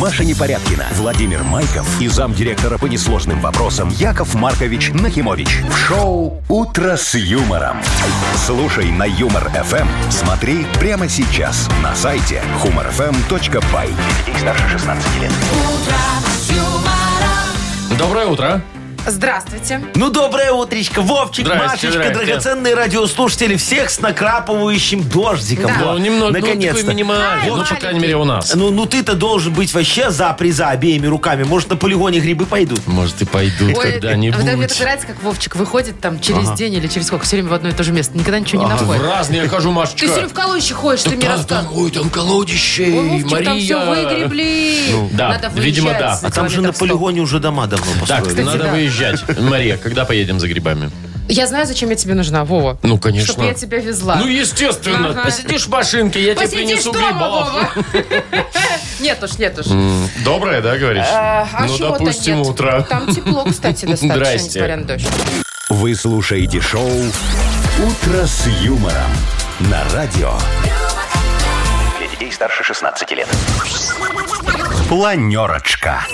Маша Непорядкина, Владимир Майков и замдиректора по несложным вопросам Яков Маркович Нахимович. В шоу «Утро с юмором». Слушай на «Юмор-ФМ». Смотри прямо сейчас на сайте humorfm.by. Для детей старше 16 лет. Доброе утро. Здравствуйте. Ну, доброе утречко, Вовчик, Здрасте, Машечка, здрасте. драгоценные радиослушатели, всех с накрапывающим дождиком. Да. Во, Ну, немного, ну, Наконец-то. такой минимальный. Ай, Ну, по маленький. крайней мере, у нас. Ну, ну ты-то должен быть вообще за приза обеими руками. Может, на полигоне грибы пойдут? Может, и пойдут вот мне так когда-нибудь. нравится, как Вовчик выходит там через день или через сколько, все время в одно и то же место, никогда ничего не В находит. разные я хожу, Машечка. Ты все время в колодище ходишь, ты мне Да, рассказываешь. там, ой, там колодище, Ой, Вовчик, там все Мария. Ну, выгребли. да, Надо выезжать видимо, да. за А там же на километров сто. полигоне уже дома давно Так, построили. Кстати, надо да. выезжать. Мария, когда поедем за грибами? Я знаю, зачем я тебе нужна, Вова. Ну, конечно. Чтобы я тебя везла. Ну, естественно. Ага. Посидишь в машинке, я тебе Посидишь принесу дома, грибов. Вова. Нет уж, нет уж. М, Доброе, да, говоришь? А, а ну, чего-то допустим, нет. утро. Там тепло, кстати, достаточно, Здрасте. несмотря на дождь. Вы слушаете шоу «Утро с юмором» на радио. Для детей старше 16 лет. Планерочка.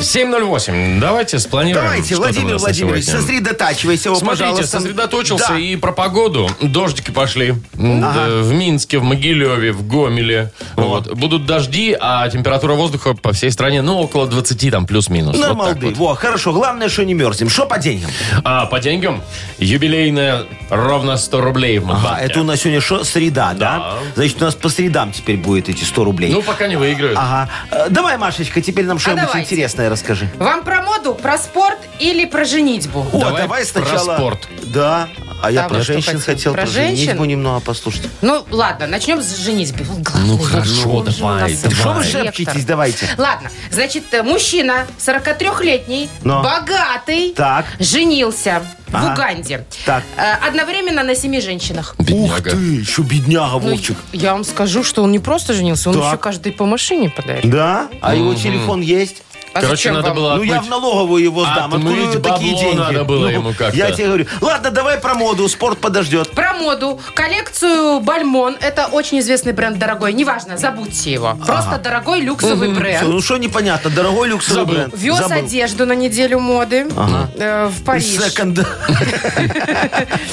7.08. Давайте спланируем. Давайте, что там у Владимир нас на Владимирович, сегодня. сосредотачивайся, о, Смотрите, пожалуйста. сосредоточился Да. и про погоду. Дождики пошли. М, да, В Минске, в Могилеве, в Гомеле. Вот. Будут дожди, а температура воздуха по всей стране, ну, около 20, там, плюс-минус. На Вот так Молды. вот. Во, хорошо. Главное, что не мерзнем. Что по деньгам? А по деньгам юбилейная ровно 100 рублей в А, Мудбанке. это у нас сегодня что? Среда, да? Значит, у нас по средам теперь будет эти 100 рублей. Ну, пока не выиграют. Ага. Э, Давай, Машечка, теперь нам что-нибудь давайте. интересное расскажи. Вам про моду, про спорт или про женитьбу? О, Давай давай, про сначала... спорт. Да. А я Да, про вот что женщин хотел. хотел, Про про, женитьбу женщин? немного а послушать. Ну, ладно, начнем с женитьбы. Он главный, Ну, вот хорошо, он же у нас давай, сексуальный давай. Что вы директор. шепчетесь? Давайте. Ладно, значит, э, мужчина 43-летний, Но. богатый, Так. женился в Ага. Уганде. Так. Э, Одновременно на семи женщинах. Ух Бедняга. ты, еще бедняга, Ну, Вовчик. я вам скажу, что он не просто женился, он Так. еще каждый по машине подарил. Да? А его телефон есть? А Короче, зачем надо вам? было Ну, я отмыть. в налоговую его сдам. Откуда у Отмыть него такие бабло деньги? надо было Ну, ему как-то. Я тебе говорю. Ладно, давай про моду. Спорт подождет. Про моду. Коллекцию Бальмон. Это очень известный бренд дорогой. Неважно, забудьте его. Просто дорогой люксовый Всё, бренд. ну что непонятно, дорогой люксовый Забыл. бренд. Вез Забыл. одежду на неделю моды э, в Из Париж. секонда.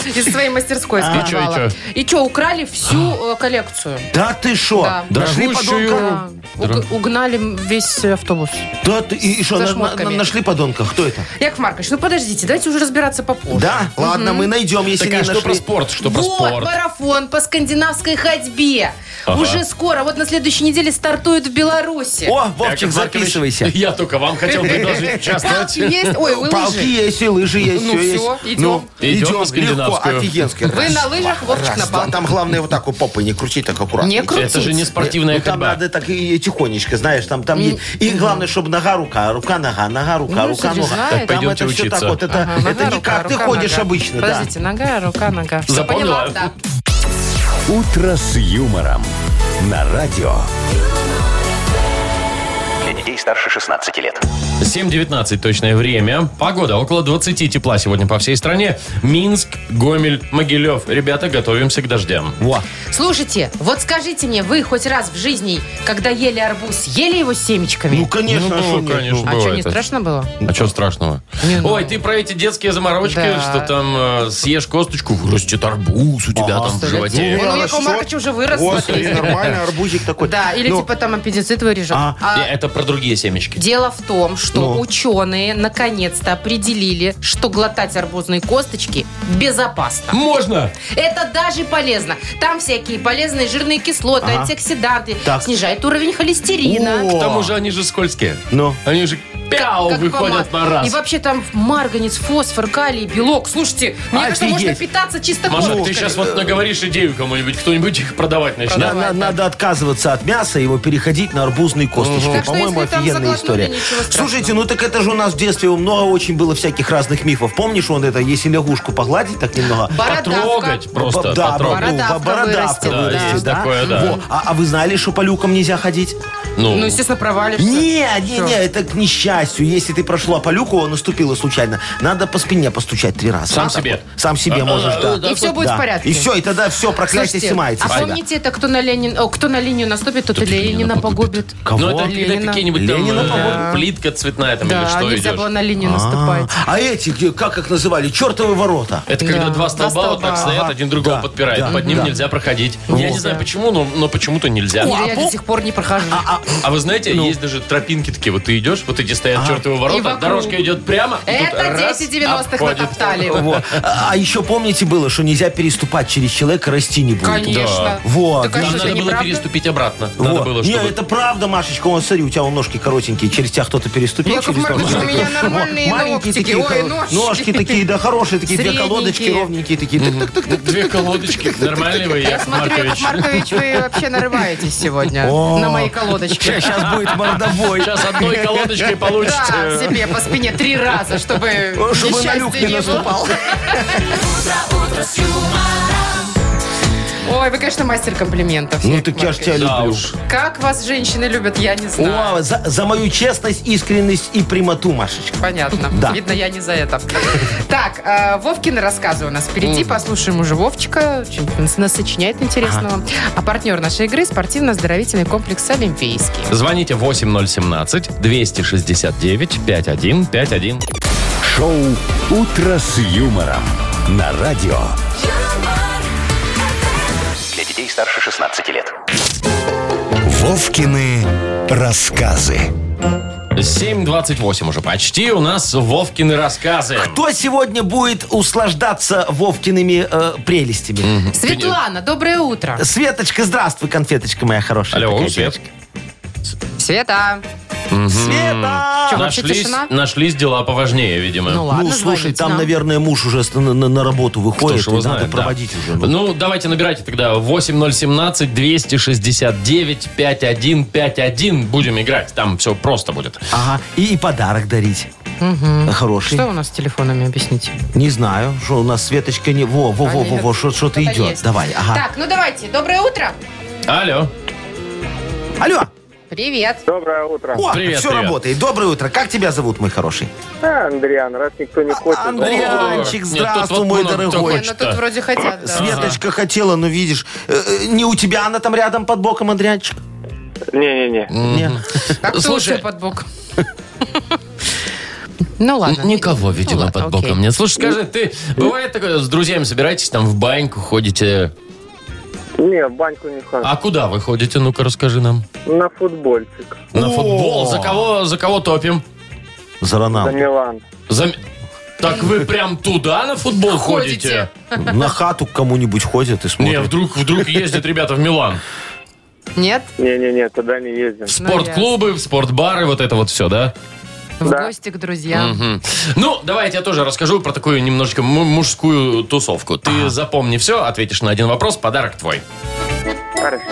Из своей мастерской А. и чё, и скачала. И что, украли всю э, коллекцию. Да ты шо? Да. Нашли Дорогущую. подонка? Да. Уг- Угнали весь автобус. Да ты и что, За на- на- шмотками. нашли подонка? Кто это? Яков Маркович, ну подождите, давайте уже разбираться попозже. Да? Ладно, мы найдем, если Так, не а что про нашли. спорт? Что про Вот, спорт? марафон по скандинавской ходьбе. Ага. Уже скоро, вот на следующей неделе стартует в Беларуси. О, Яков Маркович, Вовчик, записывайся. Я только вам хотел предложить участвовать. Палки есть? Ой, вы Палки лыжи. есть, и лыжи есть, Ну все есть. всё, идём. Идём на идём, легко, скандинавскую. офигенски. Вы на лыжах, Вовчик на Раз, два. палках. Там главное вот так вот попой не крутить, так аккуратно. Не крутить. Это же не спортивная Ну, там ходьба. надо так и тихонечко, знаешь, там, там не- и главное, чтобы нога, рука, рука, нога, нога, рука, Ну, рука, смотри, нога. знаешь. Так, там пойдемте это все учиться. так вот, это, Ага, нога, это не рука, как ты рука, ходишь нога. обычно, Подождите, нога, рука, нога. Все, Запомнила? поняла, да. «Утро с юмором» на радио. Для детей старше 16 лет. 7.19 точное время. Погода около 20 тепла сегодня по всей стране. Минск, Гомель, Могилев. Ребята, готовимся к дождям. да. Во. Слушайте, вот скажите мне, вы хоть раз в жизни, когда ели арбуз, ели его с семечками? Ну, конечно, Ну, а что нет, конечно. ну. а что, не бывает. страшно было? А что страшного? Не, ну. Ой, ты про эти детские заморочки, Да. что там э, съешь косточку, вырастет арбуз у тебя там в животе. Ну, Хорошо. Яков Маркович уже вырос. Вот, смотрите. и нормально. Арбузик такой. Да, или Ну, типа там аппендицит вырежем. А. А Э, Это про другие семечки. Дело в том, что Ну. ученые наконец-то определили, что глотать арбузные косточки безопасно. Можно! Это даже полезно. Там всякие полезные жирные кислоты, Ага. антиоксиданты, Так. снижает уровень холестерина. О. К тому же они же скользкие. Ну. Они же пяу Как выходят помад. на И раз. вообще там марганец, фосфор, калий, белок. Слушайте, мне кажется, Офигеть. можно питаться чисто А, Маша, ты косточками. сейчас вот наговоришь идею кому-нибудь, кто-нибудь их продавать начнет. на- на- надо отказываться от мяса и его переходить на арбузные косточки. Так что, По-моему, если там офигенная заглотнули, история. ничего страшного. Слушайте, ну так это же у нас в детстве много очень было всяких разных мифов. Помнишь, он это, если лягушку погладить так немного, Бородавка. Потрогать просто, Да, потрогать. Бородавка ну, бородавка вырастет, да. вырастет, Есть такое, да. Во, А, а вы знали, что по люкам нельзя ходить? Ну, Ну, естественно, провалишься. Не, не, Всё. не, это к несчастью. Если ты прошла по люку, а наступила случайно, надо по спине постучать три раза. Сам Вот так себе? А, вот. Сам себе можешь, да. И все будет в порядке. И все, и тогда все, проклятие Слушайте, снимается. а помните, это кто на, Ленин, о, кто на линию наступит, тот и Ленина погубит. ну, это когда Ленина. какие-нибудь там Ленина, э, по-моему. плитка цветная там или Да, что нельзя идет. было на линию наступать. А эти, где- как их называли, чертовы ворота. Это когда Да, два два столба вот так столба. стоят, Ага. один другого Да, подпирает. да, Под ним да. нельзя проходить. Я не знаю почему, но, но почему-то нельзя. Или я до сих пор не прохожу. А вы знаете, Ну. есть даже тропинки такие, вот ты идешь, вот эти стоят А. чертовы И ворота, вокруг. дорожка идет прямо. и тут Это раз, дети 90-х обходит. натоптали. Во. А а еще помните было, что нельзя переступать через человека, расти не будет. Конечно. Вот, Так а Там что, это надо было неправда? переступить обратно. Надо Во. было, Не, чтобы... это правда, Машечка. Вон, смотри, у тебя вон ножки коротенькие. Через тебя кто-то переступил. Яков через Маркович, ножки. у меня Во, нормальные маленькие ногтики. такие, Ой, хоро- ножки. ножки такие, да, хорошие такие. Две Средненькие. колодочки ровненькие такие. Тык-тык-тык. Две колодочки. Нормальный вы, Я Яков смотрю, Маркович. Яков Маркович, вы вообще нарываетесь сегодня О. на моей колодочке. Сейчас будет мордобой. Сейчас одной колодочкой Да, получите. себе по спине три раза, чтобы Чтобы на люк несчастья не не было. наступал. Ой, вы, конечно, мастер комплиментов. Ну, Яков так я ж тебя Маркович. Да люблю. уж. Как вас женщины любят, я не знаю. О, за, за мою честность, искренность и прямоту, Машечка. Понятно. Да. Видно, я не за это. Так, э, Вовкины рассказы у нас впереди. Послушаем уже Вовчика. Что-нибудь нас- насочиняет интересного. А партнер нашей игры – спортивно-оздоровительный комплекс «Олимпийский». Звоните 8017-269-5151. Шоу «Утро с юмором» на радио. Для детей старше 16 лет. Вовкины рассказы. 7.28 уже почти. У нас Вовкины рассказы. Кто сегодня будет услаждаться Вовкиными э, прелестями? Светлана, доброе утро. Светочка, здравствуй, конфеточка моя хорошая. Алло, Такая Свет. девочка. Света. Света! Чё, вообще Нашлись, тишина? нашлись дела поважнее, видимо. Ну ну, ладно, слушай, звоните там, нам. наверное, муж уже с- на, на- на работу Кто выходит, ж его и знает, надо да. проводить уже. ну. Ну, давайте набирайте тогда 8017-269-5151. Будем играть, там все просто будет. Ага, и, и подарок дарить. Хороший. Что у нас с телефонами, объясните? Не знаю, что у нас Светочка не... Во, во, во, во, во, что- что-то Кто-то идет. есть. Давай, ага. Так, ну давайте, доброе утро. Алло. Алло, Привет. Доброе утро. о, Привет, все привет. работает. Доброе утро. Как тебя зовут, мой хороший? Да, Андриан, раз никто не хочет. Нет, Андрианчик, тут здравствуй, вот мой много кто дорогой. Не, хочет. ну тут вроде хотят, да. Светочка хотела, но видишь, э, э, не у тебя она там рядом под боком, Андрианчик. Не-не-не. Нет. А кто Слушай. у тебя под бок? Ну ладно. Ну Никого видела ладно, под окей. боком. Нет, слушай, скажи, ты бывает такое, с друзьями собираетесь, там в баньку ходите. Не, в баньку не хожу. А куда вы ходите? Ну-ка расскажи нам. На футбольчик. На О! футбол. За кого, за кого топим? За За Роналду. Милан. За... М- Так вы прям туда на футбол ходите? Ходите. На хату к кому-нибудь ходят и Не, смотрят. вдруг, вдруг ездят ребята в Милан. Нет? Не-не-не, туда не ездим. В спортклубы, в спортбары, вот это вот все, да? В Да. гости к друзьям. Мгм. Ну, давайте я тоже расскажу про такую немножечко м- мужскую тусовку. Ты запомни все, ответишь на один вопрос, подарок твой. Хорошо.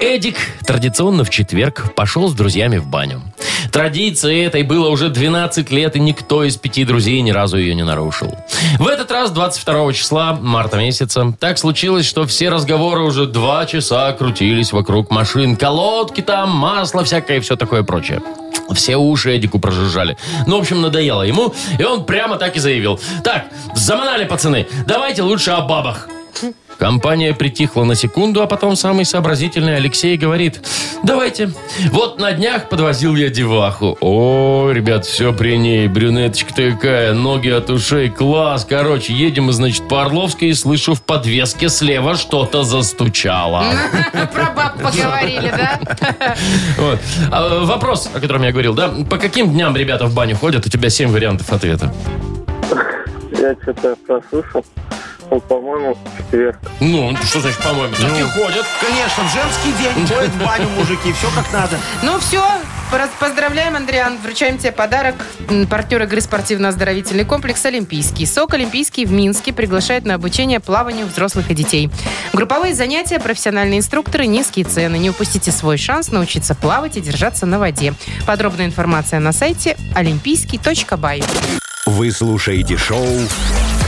Эдик традиционно в четверг пошел с друзьями в баню. Традиции этой было уже 12 лет, и никто из пяти друзей ни разу ее не нарушил. В этот раз, 22 числа марта месяца, так случилось, что все разговоры уже два часа крутились вокруг машин. Колодки там, масло всякое и все такое прочее. Все уши Эдику прожужжали. Ну, в общем, надоело ему, и он прямо так и заявил. Так, заманали, пацаны, давайте лучше о бабах. Компания притихла на секунду, а потом самый сообразительный Алексей говорит, давайте, вот на днях подвозил я деваху. О, ребят, все при ней, брюнеточка такая, ноги от ушей, класс, короче, едем, мы, значит, по Орловской и слышу в подвеске слева что-то застучало. Про баб поговорили, да? Вот. А, вопрос, о котором я говорил, да, по каким дням ребята в баню ходят, у тебя семь вариантов ответа. Я что-то прослушал. Ну, по-моему, в четверг. Ну, что значит, по-моему, так Ну, и ходят. Конечно, в женский день ходят в баню мужики, все как надо. Ну все, поздравляем, Андриан. Вручаем тебе подарок. М, Партнер игры спортивно-оздоровительный комплекс «Олимпийский». СОК «Олимпийский» в Минске приглашает на обучение плаванию взрослых и детей. Групповые занятия, профессиональные инструкторы, низкие цены. Не упустите свой шанс научиться плавать и держаться на воде. Подробная информация на сайте олимпийский.бай. Вы слушаете шоу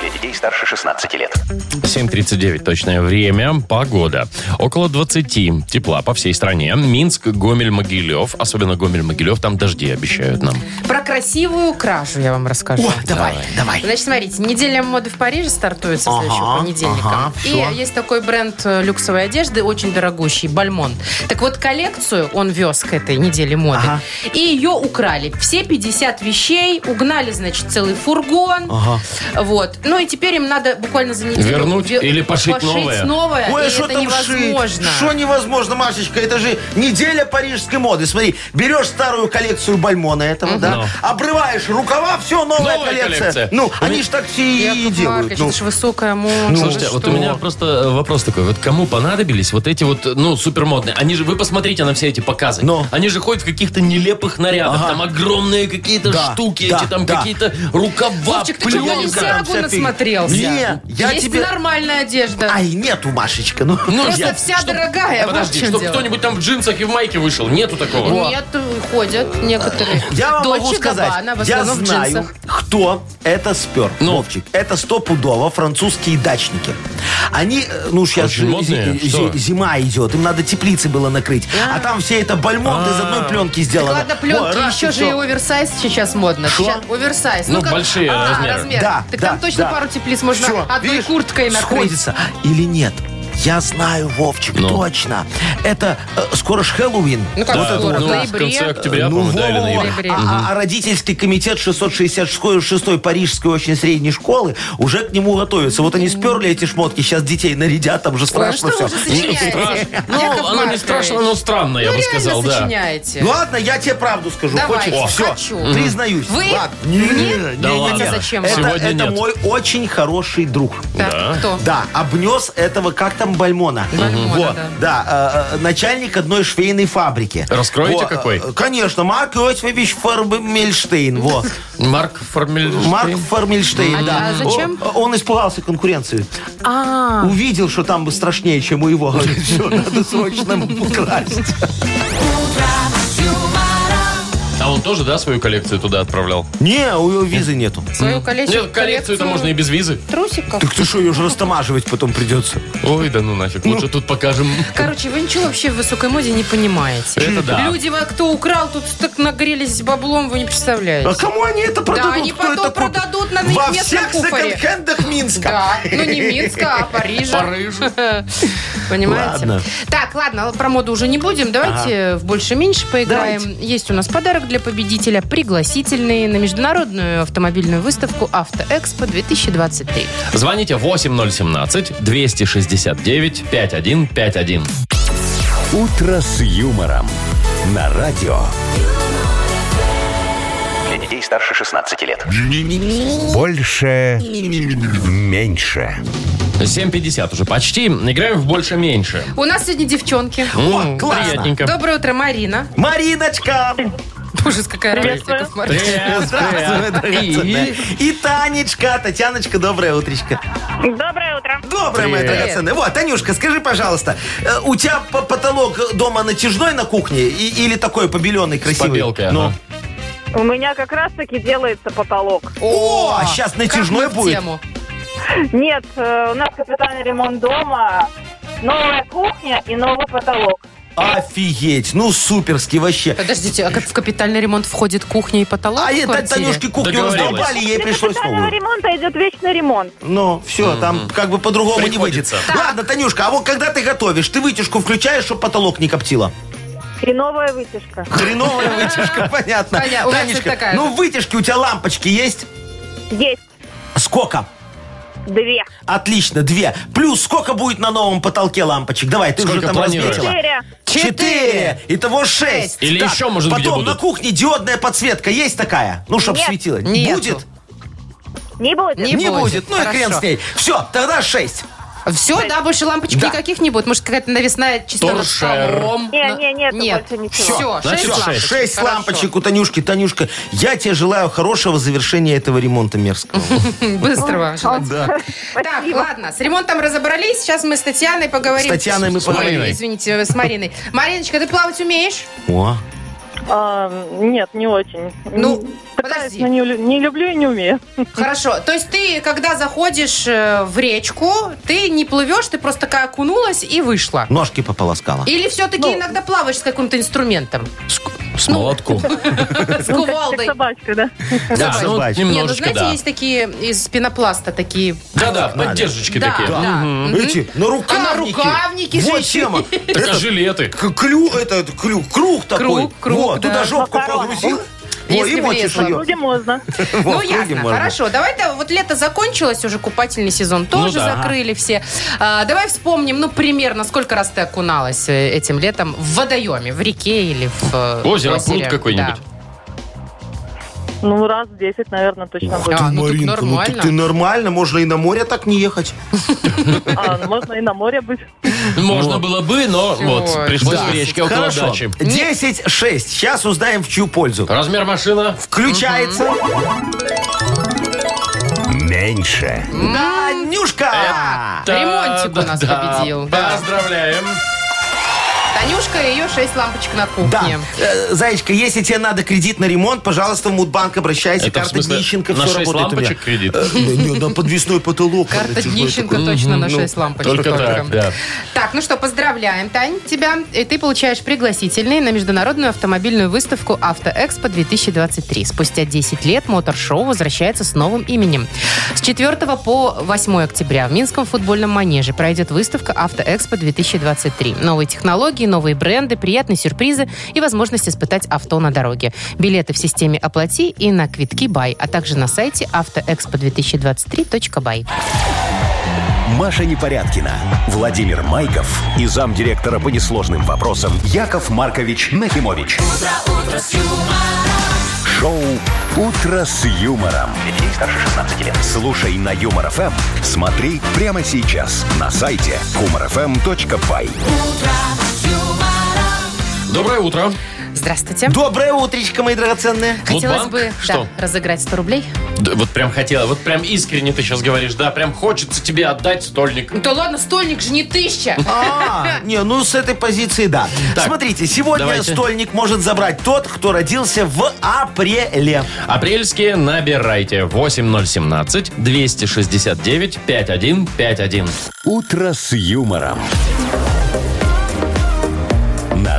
Для детей детей старше 16 лет. 7.39 точное время. Погода. Около 20 тепла по всей стране. Минск, Гомель, Могилев. Особенно Гомель, Могилев. Там дожди обещают нам. Про красивую кражу я вам расскажу. давай, давай. Значит, смотрите, неделя моды в Париже стартует со следующего Ага, понедельника. ага, и всё. есть такой бренд э, люксовой одежды, очень дорогущий, Бальмон. Так вот, коллекцию он вез к этой неделе моды. Ага. И ее украли. Все 50 вещей, угнали, значит, целый фургон. Ага. Вот. Ну и теперь им надо буквально за неделю... Вернуть ве- или пошить новое? новое, Ой, а и что это там невозможно. шить? Что невозможно, Машечка? Это же неделя парижской моды. Смотри, берешь старую коллекцию Бальмона этого, да? Ну. Обрываешь рукава, все, новая, Новая коллекция. коллекция. Ну, они ж так все и Яков делают. Маркович, ну. это ж высокая мода. вы Слушайте, а вот у что? меня просто э, вопрос такой. Вот кому понадобились вот эти вот, ну, супермодные? Они же, вы посмотрите на все эти показы. Но. Они же ходят в каких-то нелепых нарядах. Ну. Ага. Там огромные какие-то Да, штуки, да, эти там да. какие-то рукава, Вовчик, ты что, на пленка. Лисяра? Лисягу насмотрелся? Не, я Есть тебе- нормальная одежда. Ай, нету, Машечка. Ну, Ну, Просто я- вся дорогая. вот в Подожди, чем чтобы дело. кто-нибудь там в джинсах и в майке вышел. Нету такого. Нет, ходят некоторые. Я вам Дольче могу сказать, Габбана, в я основном в знаю, джинсах. кто это спер. Ну. Вовчик, это стопудово французские дачники. Они, э, ну сейчас Очень модные, что? зима идет, им надо теплицы было накрыть. А там все это бальмон из одной пленки сделано. А. Ладно, Во, пленки, раз и еще же всё. и оверсайз сейчас модно. Шо? Сейчас оверсайз. Ну, большие а, размеры. размер. Да, так да, там точно да. пару теплиц можно Всё, одной видишь, курткой накрыть. Сходится. Или нет? Я знаю, Вовчик, Ну. точно. Это э, скоро ж Хэллоуин. Ну как Да, скоро? ну, в в конце ноябре. октября, Ну, по-моему, да, или во-во-во. ноябре. ноябре. А, а- а родительский комитет 666 парижской очень средней школы уже к нему готовится. Вот они сперли эти шмотки, сейчас детей нарядят, там же Ой, страшно а что все. вы же Страшно. сочиняете? ну, Яков Ну, оно не Маркович. страшно, но странно, я Ну, бы реально сказал, да. сочиняете. Ну ладно, я тебе правду скажу. Давайте, Хочешь? Все. хочу. Признаюсь. Вы? Ладно. Не, не, не, Да не, ладно. не. Зачем? Это, Сегодня это нет. мой очень хороший друг. Так, кто? Да, обнес этого, как там, Бальмона. Бальмона, вот, да. да. э, э, начальник одной швейной фабрики. Раскроете, Во, э, какой? Конечно, Марк Иосифович Фармельштейн. Во. Марк Формель... Марк Фармельштейн, А- да. а зачем? О, Он испугался конкуренции. А, Увидел, что там страшнее, чем у его. Говорит, все, надо срочно украсть. А он тоже, да, свою коллекцию туда отправлял? Не, у него визы нету. свою коллекцию. Нет, коллекцию-то Ну, можно и без визы. трусиков. Так ты что, ее же растамаживать потом придется. Ой, да ну нафиг, лучше тут покажем. Короче, вы ничего вообще в высокой моде не понимаете. Это да. Люди, во- кто украл, тут так нагрелись баблом, вы не представляете. А кому они это продадут? они Кто это потом купит? продадут на Во местном всех куфаре. секонд-хендах Минска. Да, ну не Минска, а Парижа. Парижа. Понимаете? Ладно. Так, ладно, про моду уже не будем. Давайте в больше-меньше поиграем. Давайте. Есть у нас подарок для победителя. Пригласительные на международную автомобильную выставку «Автоэкспо-2023». Звоните 8017-269-5151. «Утро с юмором» на радио. Для детей старше 16 лет. Больше. Меньше. 7.50 уже почти. Играем в больше-меньше. У нас сегодня девчонки. М, классно. Приятненько. Доброе утро, Марина. Мариночка! Ужас, какая разница, Яков Маркович. Привет, Здравствуй, драгоценная. привет. И Танечка, Татьяночка, доброе утречко. Доброе утро. Доброе, моя Привет. драгоценная. Вот, Танюшка, скажи, пожалуйста, э, у тебя п- потолок дома натяжной на кухне и- или такой побеленный, И С красивый? побелкой Ну. она. У меня как раз-таки делается потолок. О, а щас как натяжной мы в будет. тему. Нет, э, у нас капитальный ремонт дома, новая кухня и новый потолок. Офигеть, ну суперски вообще. Подождите, а как в капитальный ремонт входит кухня и потолок А в это квартире? Танюшке кухню Договорилась. раздолбали, ей Для пришлось капитального новую. ремонта идет вечный ремонт. Ну, все, там как бы по-другому не выйдет. Приходится. Ладно, Танюшка, а вот когда ты готовишь, ты вытяжку включаешь, чтобы потолок не коптило? И новая вытяжка. Хреновая вытяжка, понятно. Понятно, у меня, кстати, такая же. ну в вытяжке у тебя лампочки есть? Есть Сколько? две. Отлично, две. Плюс сколько будет на новом потолке лампочек? Давай, ты Сколько уже там планируешь? разметила. Четыре. Четыре. Итого шесть. Или Так, еще, может, где Потом будут? на кухне диодная подсветка есть такая? Ну, чтобы Нет. светило. Нету. Будет? Не будет? Не Не будет. Ну и Хорошо. хрен с ней. Все, тогда шесть. Все, да, больше лампочек Да. никаких не будет. Может, какая-то навесная чисто над Торшер. столом. Не, На- не, нет, больше Все, ничего. Значит, шесть шесть. лампочек. Шесть Хорошо. лампочек у Танюшки. Танюшка, я тебе желаю хорошего завершения этого ремонта мерзкого. Быстрого. Да. Так, ладно, с ремонтом разобрались. Сейчас мы с Татьяной поговорим. С Татьяной мы Ой, поговорим. Извините, с Мариной. Мариночка, ты плавать умеешь? О, А, нет, не очень. Ну, Не- пытаюсь, подожди. но не, лю- не люблю и не умею. Хорошо. То есть ты, когда заходишь э, в речку, ты не плывешь, ты просто такая окунулась и вышла. Ножки пополоскала. Или все-таки Ну. иногда плаваешь с каким-то инструментом? С, Ну, с молотком. С Ну, как- как кувалдой. собачка, да. Да, собачка. ну, Не, Не, ну, ну немножечко, знаете, да. есть такие из пенопласта такие. Да-да, надо. поддержечки Да, такие. да. Мгм. Мгм. Эти, на рукавники. нарукавники же Вот еще. тема. Так, а Это жилеты. к- клю, это крю, круг такой. круг, Вот, да. туда жопку Макароны. погрузил. Во, Если и мочишь влезло. Ну, ее. где можно. Ну, ясно, хорошо. Давай, да, вот лето закончилось уже, купательный сезон тоже Ну да. закрыли все. А, давай вспомним, ну, примерно, сколько раз ты окуналась э, этим летом в водоеме, в реке или в э, Озеро, озере. пруд какой-нибудь. Ну, раз в 10, наверное, точно Да. будет. А, ну, так Маринка, ну нормально. так ты нормально, можно и на море так не ехать. А, ну, можно и на море быть. Можно было бы, но вот, Ой, пришлось да. в речке около Хорошо. дачи. 10-6. Сейчас узнаем, в чью пользу. Размер машина? Включается. Меньше. Танюшка! Ремонтик у нас победил, да. Поздравляем. Танюшка и ее шесть лампочек на Да. кухне. Э, Заячка, если тебе надо кредит на ремонт, пожалуйста, в Мудбанк обращайся. Это в Карта смысле Днищенко, на все шесть работает у меня. лампочек кредит? Э, не, На подвесной потолок. Типа, Карта Это чужой Днищенко такой. точно на Мгм, ну, 6 лампочек. Только так, да. Так, ну что, поздравляем, Тань, тебя. И ты получаешь пригласительный на международную автомобильную выставку «Автоэкспо-2023». Спустя 10 лет мотор-шоу возвращается с новым именем. С 4 по 8 октября в Минском футбольном манеже пройдет выставка «Автоэкспо-2023». Новые технологии, новые бренды, приятные сюрпризы и возможность испытать авто на дороге. Билеты в системе «Оплати» и на «Квитки Бай», а также на сайте автоэкспо2023.бай. Маша Непорядкина, Владимир Майков и замдиректора по несложным вопросам Яков Маркович Нахимович. Шоу Утро с юмором. Детей старше 16 лет. Слушай на юмор ФМ. Смотри прямо сейчас на сайте эм humorfm.by. Доброе утро. Здравствуйте. Доброе утречко, мои драгоценные. Хотелось Мудбанк? бы Что? Да, разыграть 100 рублей. Да, вот прям хотела, вот прям искренне ты сейчас говоришь, да, прям хочется тебе отдать стольник. Да Ну ладно, стольник же не тысяча. А, не, ну с этой позиции да. Так, Смотрите, сегодня давайте. стольник может забрать тот, кто родился в апреле. Апрельские набирайте 8017 269 5151. Утро с юмором. На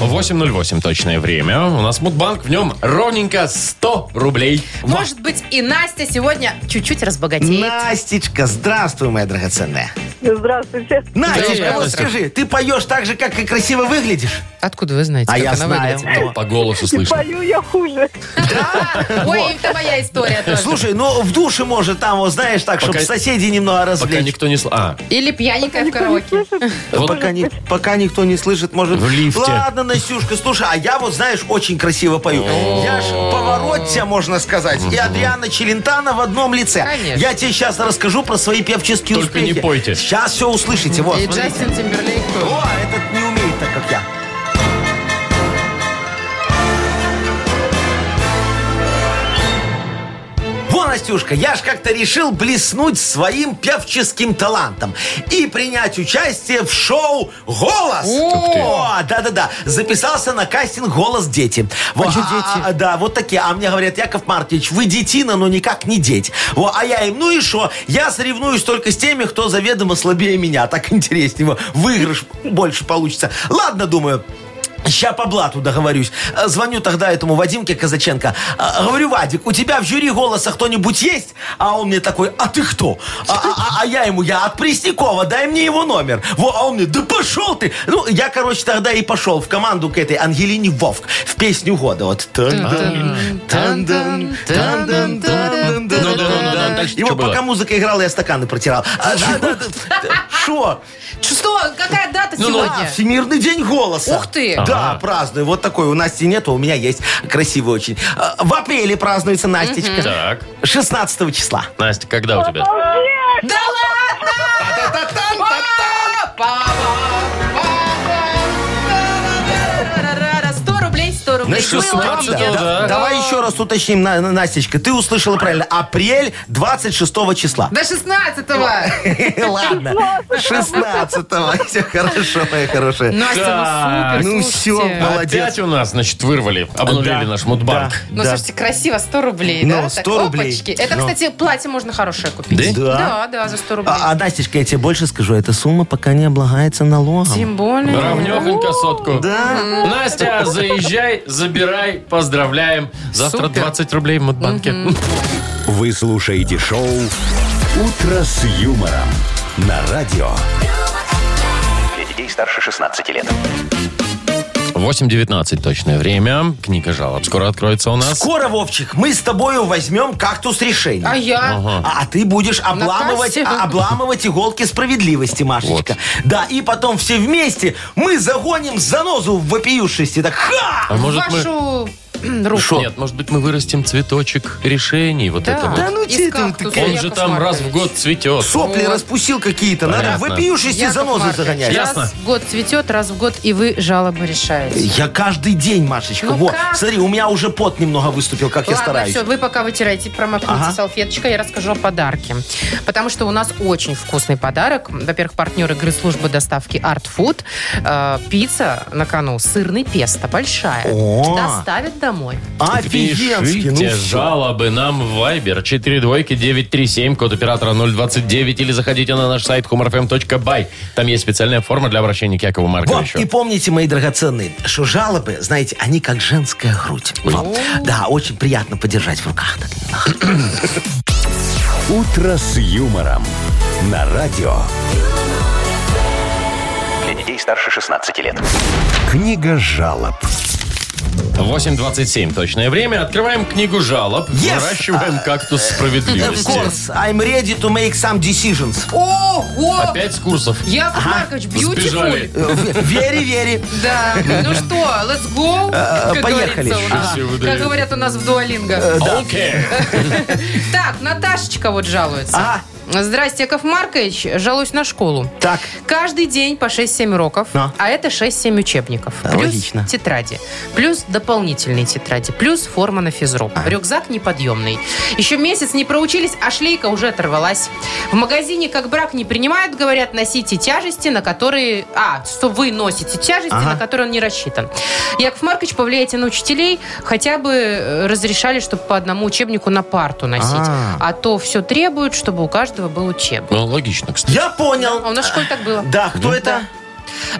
808 точное время. У нас Мудбанк, в нем ровненько 100 рублей. Может быть, и Настя сегодня чуть-чуть разбогатеет. Настечка, здравствуй, моя драгоценная. Здравствуйте. Настечка, Доброе вот утро. скажи, ты поешь так же, как и красиво выглядишь? Откуда вы знаете, А как я она знаю. выглядит? Во. По голосу Типа слышно. Пою я хуже. Ой, это моя история тоже. Слушай, ну в душе может там, вот знаешь, так, чтобы Пока- соседей немного Пока развлечь. никто не... сл- А, Или пьяненькая в караоке. вот Пока, ни- пока никто не слышит, может... В лифте. Ладно, Настюшка, слушай, а я вот, знаешь, очень красиво пою. Я ж поворот тебя, можно сказать, и Адриана Челентана в одном лице. Конечно. Я тебе сейчас расскажу про свои певческие Только успехи. не пойте. Сейчас все услышите, вот. И смотрите. Джастин Тимберлейк тоже. О, этот не умеет так, как я. Во, Настюшка, я ж как-то решил блеснуть своим певческим талантом и принять участие в шоу «Голос». О, да-да-да. Записался на кастинг «Голос дети». Во, чё а- дети? а, да, вот такие. А мне говорят, Яков Маркович, вы детина, но никак не деть. Во, а я им, ну и что? Я соревнуюсь только с теми, кто заведомо слабее меня. Так интереснее. во. Выигрыш больше получится. Ладно, думаю, Ща по блату договорюсь. Э, Звоню тогда этому Вадимке Казаченко. Э, Говорю, Вадик, у тебя в жюри голоса кто-нибудь есть? А он мне такой, а ты кто? А, а- а- а я ему, я от Преснякова, дай мне его номер. Во, а он мне, да пошел ты! Ну, я, короче, тогда и пошел в команду к этой Ангелине Вовк в песню года. Вот. Тан-дан, тан-дан, тан-дан, тан-дан, Ну-да-да-да. тан-дан. Дальше И что вот было? пока музыка играла, я стаканы протирал. А, да, да, да. Что? Что? Какая дата Ну, ну, сегодня? А, Всемирный день голоса. Ух ты! Да, праздную. Вот такой у Насти нет, а у меня есть. Красивый очень. А, В апреле празднуется Настечка. Так, 16 числа. Настя, когда у тебя? Да ладно! Па-па-па-па-па-па-па-па-па-па-па-па-па-па-па-па. 100 рублей, 100 Значит, Еще мы вам- 16-го, да, да. да, Давай еще раз уточним, На- На- Настечка. Ты услышала правильно. Апрель 26 числа. До 16-го. Ладно. 16 Все хорошо, моя хорошая. Настя, ну супер, Ну слушайте. все, молодец. Опять у нас, значит, вырвали, обнулили Да, наш мудбанк. да, Ну, да. слушайте, красиво, 100 рублей, Ну, да? 100 рублей. опачки. Это, Ну. кстати, платье можно хорошее купить. Да? Да, да, за 100 рублей. А, а, Настечка, я тебе больше скажу, эта сумма пока не облагается налогом. Тем более. Равнёхонько сотку. Да. Настя, заезжай, забирай, поздравляем. Завтра Супер. 20 рублей в Мудбанке. Вы слушаете шоу «Утро с юмором» на радио. Для детей старше 16 лет. 8.19 точное время. Книга жалоб скоро откроется у нас. Скоро, Вовчик, мы с тобою возьмем кактус решения. А я? А, а ты будешь обламывать, кассе? а, обламывать иголки справедливости, Машечка. Да, и потом все вместе мы загоним занозу в вопиюшести. Так, ха! А может мы... Вашу м, руку. Шо? Нет, может быть, мы вырастем цветочек решений, вот это Да, вот. ну из тебе это кактуса, такая- Он Яков же там раз в Маркович. год цветет. Сопли Вот. распустил какие-то. Надо в Понятно. вопиюшести Яков занозу Маркович, загонять. Я- Раз Ясно. в год цветет, раз в год и вы жалобы решаете. Я каждый день, Машечка. Ну вот, как? смотри, у меня уже пот немного выступил, как я Ладно, стараюсь. все, вы пока вытирайте, промокните Ага. салфеточкой, я расскажу о подарке. Потому что у нас очень вкусный подарок. Во-первых, партнер игры службы доставки Art Food. Э, пицца на кону, сырный песто, большая. О. Доставят домой. Офигенски, ну Пишите всё. жалобы нам в Viber 42937, код оператора 029, или заходите на наш сайт humorfm.by. Там есть специальная форма для обращения к Якову Вот, Марковичу. и помните, мои драгоценные, что жалобы, знаете, они как женская грудь. Вот. Да, очень приятно подержать в руках. Так, «Утро с юмором» на радио. Для детей старше 16 лет. Книга жалоб. 8.27 точное время. Открываем книгу жалоб. Yes! Э, Выращиваем кактус Of справедливости. course, I'm ready to make some decisions. Ого! А Опять с курсов. Яков Маркович, Сбежали. beautiful. Э, в- Вери, вери. Да. Ну что, let's go. как Э, поехали. Э, говорится. Ага. Все Как выдают. говорят у нас в дуалинго. Окей. Так, Наташечка вот жалуется. А, Здрасте, Яков Маркович. Жалуюсь на школу. так. Каждый день по 6-7 уроков, Да. а это 6-7 учебников. Да, плюс логично. тетради, плюс дополнительные тетради, плюс форма на физрук. Рюкзак неподъемный. Еще месяц не проучились, а шлейка уже оторвалась. В магазине, как брак не принимают, говорят, носите тяжести, на которые... А, что вы носите тяжести, Ага. на которые он не рассчитан. Яков Маркович, повлияйте на учителей, хотя бы э, разрешали, чтобы по одному учебнику на парту носить. А. А, то все требуют, чтобы у каждого был учебник. Ну, логично, кстати. Я понял. А у нас в школе так было. Да, кто это?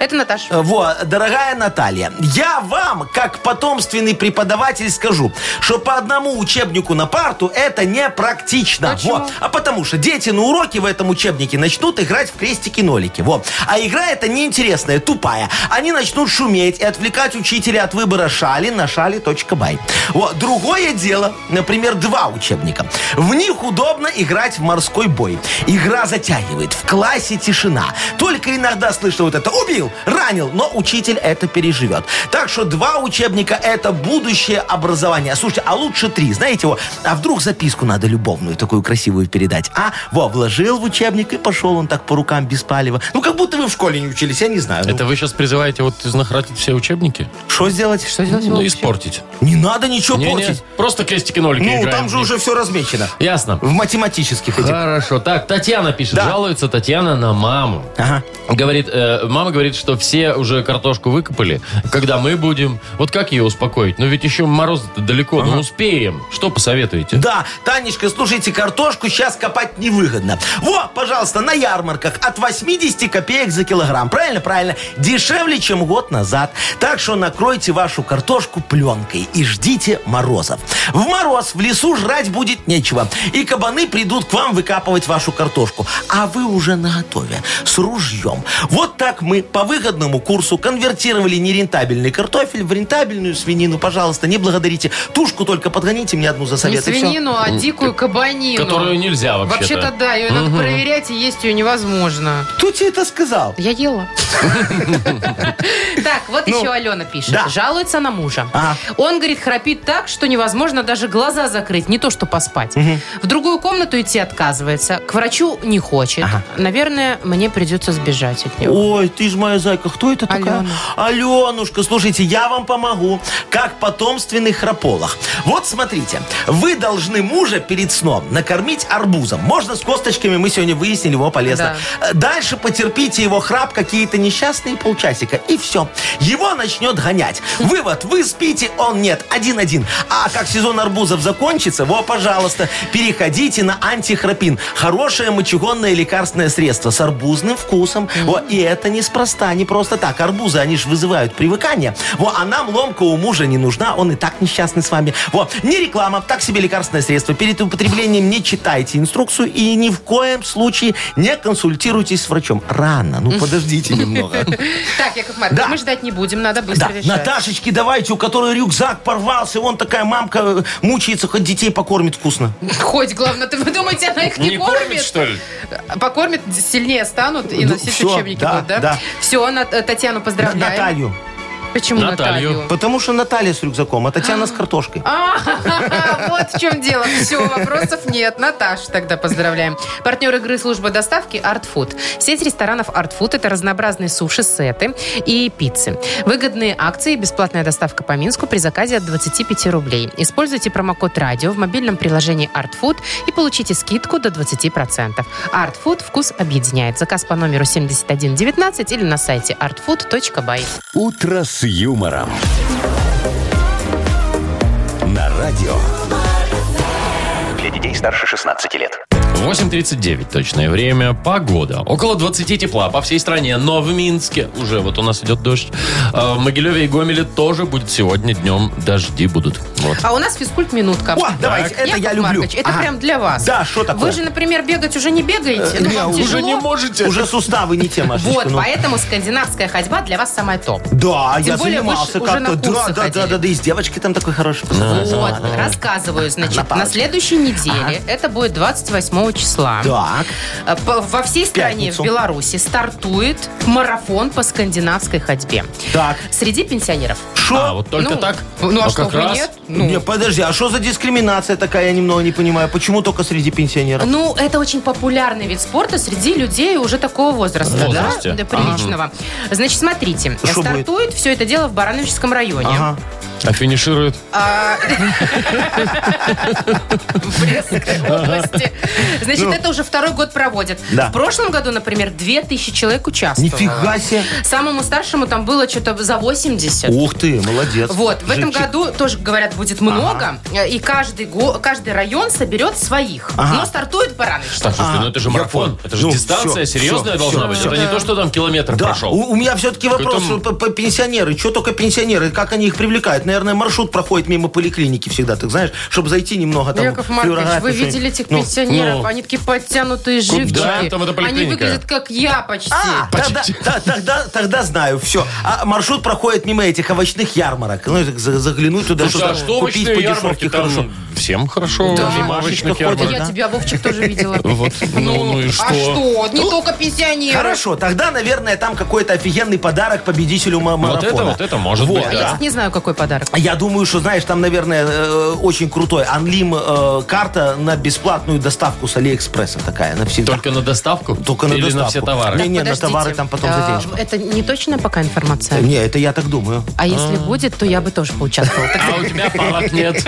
Это Наташа. Вот, дорогая Наталья, я вам, как потомственный преподаватель, скажу, что по одному учебнику на парту это непрактично. Почему? Вот. А потому что дети на уроке в этом учебнике начнут играть в крестики-нолики. Вот. А игра эта неинтересная, тупая. Они начнут шуметь и отвлекать учителя от выбора шали на шали.бай. Вот. Другое дело, например, два учебника. В них удобно играть в морской бой. Игра затягивает. В классе тишина. Только иногда слышно вот это «убил», «ранил», но учитель это переживет. Так что два учебника – это будущее образования. Слушайте, а лучше три. Знаете его? А вдруг записку надо любовную, такую красивую передать? А? Во, вложил в учебник и пошел он так по рукам без палева. Ну, как будто вы в школе не учились, я не знаю. Ну, Это вы сейчас призываете вот изнахратить все учебники? Что сделать? Что Ну, испортить. Не надо ничего Не-не, портить. просто крестики-нолики Ну, играем там в же них. уже все размечено. Ясно. В математических этих. Хорошо. Так, Татьяна пишет. Да. Жалуется Татьяна на маму. Ага. Говорит, э, мама говорит, что все уже картошку выкопали, когда мы будем. Вот как ее успокоить? Ну ведь еще мороз далеко, но успеем. Что посоветуете? Да, Танечка, слушайте, картошку сейчас копать невыгодно. Вот, пожалуйста, на ярмарках от 80 копеек за килограмм. Правильно, правильно. Дешевле, чем год назад. Так что накройте вашу картошку пленкой и ждите морозов. В мороз в лесу жрать будет нечего. И кабаны придут к вам выкапывать вашу картошку. А вы уже наготове, с ружьем. Вот так мы по выгодному курсу конвертировали нерентабельный картофель в рентабельную свинину. Пожалуйста, не благодарите. Тушку только подгоните мне одну за Не совет. и всё. свинину, а дикую кабанину. Которую нельзя вообще-то. Вообще-то да, ее надо проверять, и есть ее невозможно. Кто тебе это сказал? Я ела. Так, вот Ну, еще Алена пишет. да. Жалуется на мужа. А. Он, говорит, храпит так, что невозможно даже глаза закрыть, не то что поспать. В другую комнату идти отказывается, к врачу не хочет. Наверное, мне придется сбежать от него. Ой, ты ж моя зайка, кто это такая? Аленушка, слушайте, я вам помогу, как потомственных храполах. Вот смотрите, вы должны мужа перед сном накормить арбузом. Можно с косточками, мы сегодня выяснили, его полезно. Э, Дальше потерпите его храп какие-то несчастные полчасика, и все. Его начнет гонять. Вывод, вы спите, он нет, один-один. А как сезон арбузов закончится, во, пожалуйста, переходите на антихрапин. Хорошее мочегонное лекарственное средство с арбузным вкусом. Во, и это неспроста, не просто так. Арбузы, они же вызывают привыкание. Во, а нам ломка у мужа не нужна, он и так несчастный с вами. Во, не реклама, так себе лекарственное средство. Перед употреблением не читайте инструкцию и ни в коем случае не консультируйтесь с врачом. Рано, ну подождите немного. Так, Яков Маркович, Да. мы ждать не будем, надо быстро Да, решать. Наташечке давайте, у которой рюкзак порвался, вон такая мамка э, мучается, хоть детей покормит вкусно. Хоть, главное, ты вы думаете, она их не, кормит, что ли? Покормит, сильнее станут и Ну, на все всё, учебники да, будут, да? да. Все, Татьяну На- поздравляем. Наталью. Почему Наталью. Наталью? Потому что Наталья с рюкзаком, а Татьяна с картошкой. А, вот в чем дело. Все, вопросов нет. Наташу тогда поздравляем. Партнер игры служба доставки Art Food. Сеть ресторанов Art Food – это разнообразные суши, сеты и пиццы. Выгодные акции и бесплатная доставка по Минску при заказе от 25 рублей. Используйте промокод «Радио» в мобильном приложении Art Food и получите скидку до 20%. Art Food – вкус объединяет. Заказ по номеру 7119 или на сайте artfood.by. «Утро с юмором». На радио. Для детей старше 16 лет. 8.39 точное время. Погода. Около 20 тепла по всей стране, но в Минске уже вот у нас идет дождь. А в Могилеве и Гомеле тоже будет сегодня днем дожди будут. Вот. А у нас физкульт-минутка. О, давайте, это Яков я люблю. Маркович, это Ага. прям для вас. Да, что такое? Э, Вы же, например, бегать уже не бегаете. Ну, не, вам уже тяжело. можете. Уже суставы не те, Машечка. Вот, ну. поэтому скандинавская ходьба для вас самая топ. Да, а Тем я более вы ж занимался уже на как-то. Да, курсы да, да, ходили. да, да, и с девочкой там такой хороший. Вот, рассказываю, значит, на палочке. следующей неделе, это будет 28 числа. Так. Э, по- Во всей стране, в пятницу. Беларуси, стартует марафон по скандинавской ходьбе. Так. Среди пенсионеров. А, Что? вот только Ну, так? Ну, а Но что, как вы раз нет? Не, подожди, а что за дискриминация такая, я немного не понимаю. Почему только среди пенсионеров? Ну, это очень популярный вид спорта среди людей уже такого возраста, Возрасте. да? Да, приличного. Значит, смотрите, А Что стартует все это дело в Барановическом районе. Ага. А финиширует? А, В Брестской области. Значит, это уже второй год проводят. Ну. Да. В прошлом году, например, 2000 человек участвовало. Нифига себе. Самому старшему там было что-то за 80. Ух ты, молодец. Вот, в этом Живчик. году тоже, говорят, будет много, и каждый, го- каждый район соберет своих. Ага. Но стартует Баранович. Так, слушай, ну это же А, я марафон. понял. Это же Ну, дистанция всё, серьезная всё, должна всё, быть. всё. Это не то, что там километр Да, прошел. у, у меня все-таки вопрос Какой-то м- по, по- пенсионеры. Что только пенсионеры? Как они их привлекают? Наверное, маршрут проходит мимо поликлиники всегда, ты знаешь, чтобы зайти немного там. Ну, Яков Маркович, флюорографию, вы что-нибудь. видели этих Ну, пенсионеров? ну. Они такие подтянутые, живчики. Там это Они поликлиника. выглядят, как я почти. А, тогда, Почти. та- тогда, тогда знаю, все. А маршрут проходит мимо этих овощных ярмарок. Ну, так за- заглянуть туда, Слушай, а что-то что купить овощные по ярмарки дешевке там хорошо. Всем хорошо. Да. зима Машечка овощных ходит, ярмарок. Я да? тебя, Вовчик, тоже видела. Вот, ну, ну и А что? что? Не только пенсионеры. Ну, Хорошо, тогда, наверное, там какой-то офигенный подарок победителю ма- Вот марафона. это, вот это может Вот, быть, Я, да. кстати, не знаю, какой подарок. Я думаю, что, знаешь, там, наверное, э, очень крутой анлим э, карта на бесплатную доставку с Алиэкспресса такая навсегда. Только на доставку? Только на Или доставку. на все товары? Не, не, на Подождите. товары там потом за А, денежку. Это не точно пока информация? Не, это я так думаю. А если будет, то я бы тоже поучаствовала. Так А у тебя палок нет.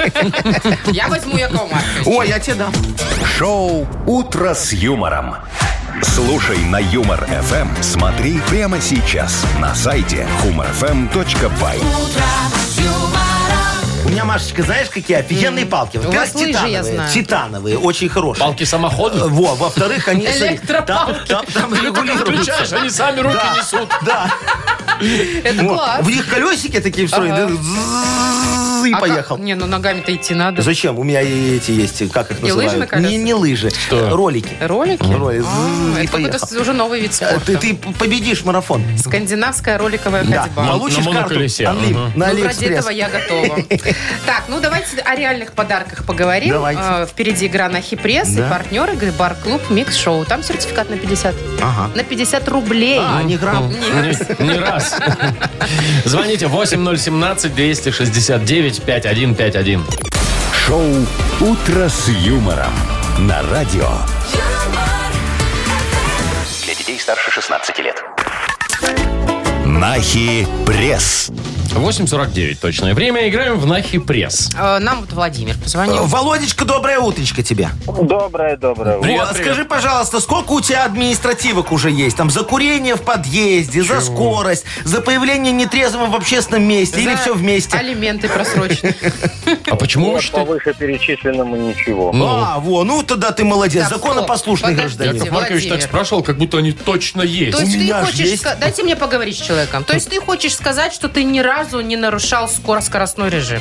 Я возьму Якова Марковича. О, я тебе дам. Шоу «Утро с юмором». Слушай на Юмор ФМ. Смотри прямо сейчас на сайте humorfm.by. У меня, Машечка, знаешь, какие офигенные палки? Во-первых, вас лыжи, я титановые. знаю. Титановые, очень хорошие. Палки-самоходы? Э, Во, во-вторых, они... смотри, Электропалки. Там, там, там регулируются. Включаешь, они сами руки Да. несут. Да. Это Вот. класс. Ну, В них колесики такие встроены. Ага. Зззз, И А как- поехал. Не, ну ногами-то идти надо. Зачем? У меня и эти есть, как их И лыжи на называют? колесах? Не, не лыжи. Что? Ролики. Ролики? Ролики. А, Зззз, Это и Ну, поехал. какой-то уже новый вид Э, спорта. Ты, ты победишь марафон. Скандинавская роликовая Да, ходьба. На- получишь на карту. моноколесе, Анли, ага. На ну, ради Алиэкспресс. этого я готова. Так, ну давайте о реальных подарках поговорим. Давайте. Э, Впереди игра на Хипресс и Да. партнер игры Бар-клуб Микс Шоу. Там сертификат на 50. Ага. На 50 рублей. А, не грамм. Не, не раз. Звоните 8017-269-5151. Шоу «Утро с юмором» на радио. Для детей старше 16 лет. Нахи пресс. 8.49 точное время. Играем в Нахи Пресс. Э, Нам вот Владимир А, позвонил. Володечка, доброе утречко тебе. Доброе, доброе. утро. Привет, Вот, привет. а Скажи, пожалуйста, сколько у тебя административок уже есть? Там за курение в подъезде, за скорость, за появление нетрезвым в общественном месте или За все вместе? Алименты просрочены. А почему вы Вот По считаете? вышеперечисленному ничего. А, во, ну тогда ты молодец, Так, законопослушный стоп, подождите. гражданин. Яков Маркович так Владимир. спрашивал, как будто они точно есть. То есть ты меня ж хочешь... есть. ска- Дайте мне поговорить с человеком. То есть ты хочешь сказать, что ты ни разу не нарушал скоростной режим?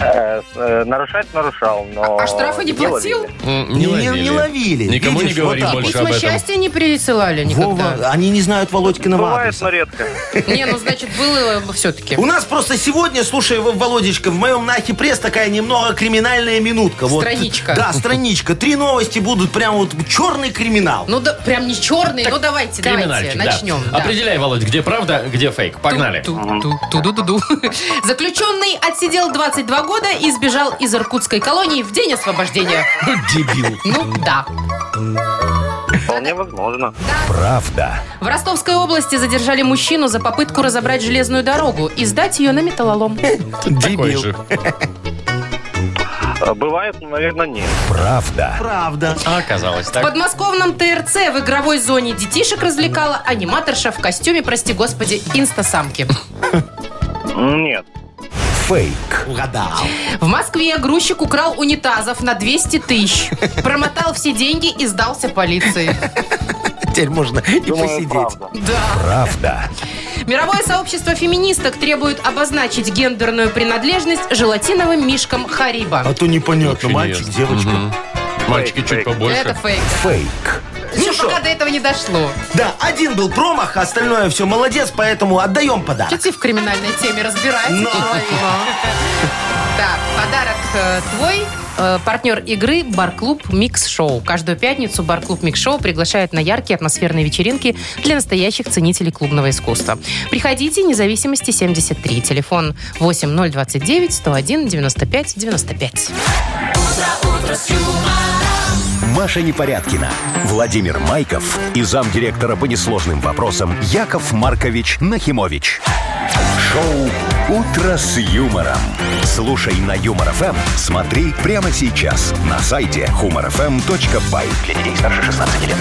Э, с- э, нарушать нарушал, но... А штрафы не платил? ловили. М, Не- не ловили. Никому Видишь, не вот говори так вот. больше об Письма этом. счастья не присылали никогда. Вова, они не знают Володькиного Бывает, адреса. но редко. Не, ну значит, было бы все-таки. У нас просто сегодня, слушай, Во- Володечка, в моем нахе пресс такая немного криминальная минутка. Вот. Страничка. Да, страничка. Три новости будут прям вот черный криминал. Ну да, прям не черный, ну давайте, давайте, Криминальчик, да. начнем. да. Определяй, Володь, где правда, где фейк. Погнали. Ту-ту-ту-ду-ду-ду. Заключенный отсидел 22 года и сбежал из иркутской колонии в день освобождения. Дебил. Ну да. Вполне возможно. Правда. В Ростовской области задержали мужчину за попытку разобрать железную дорогу и сдать ее на металлолом. Такой Дебил. же. Э, Бывает, но, наверное, нет. Правда. Правда. А Оказалось В так. подмосковном ТРЦ в игровой зоне детишек развлекала аниматорша в костюме, прости господи, инстасамки. Нет. Фейк. Угадал. В Москве грузчик украл унитазов на 200 тысяч, промотал все деньги и сдался полиции. Теперь можно и Думаю, посидеть. правда. Да. Правда. Мировое сообщество феминисток требует обозначить гендерную принадлежность желатиновым мишкам Хариба. А то непонятно, мальчик, Интересно. девочка. Мгм. Мальчики Фейк, чуть фейк. Это побольше. фейк. Фейк. Еще Ну что? пока до этого не дошло. Да, один был промах, а остальное все молодец, поэтому отдаем Что подарок. ты в криминальной теме разбираешься, Ну. человек? Так, подарок э, твой. Э, Партнер игры «Барклуб Микс Шоу». Каждую пятницу «Барклуб Микс Шоу» приглашает на яркие атмосферные вечеринки для настоящих ценителей клубного искусства. Приходите, независимости 73. Телефон 8029 101 95 95. Маша Непорядкина, Владимир Майков и замдиректора по несложным вопросам Яков Маркович Нахимович. Шоу «Утро с юмором». Слушай на Юмор ФМ, смотри прямо сейчас на сайте humorfm.by. Для детей старше 16 лет.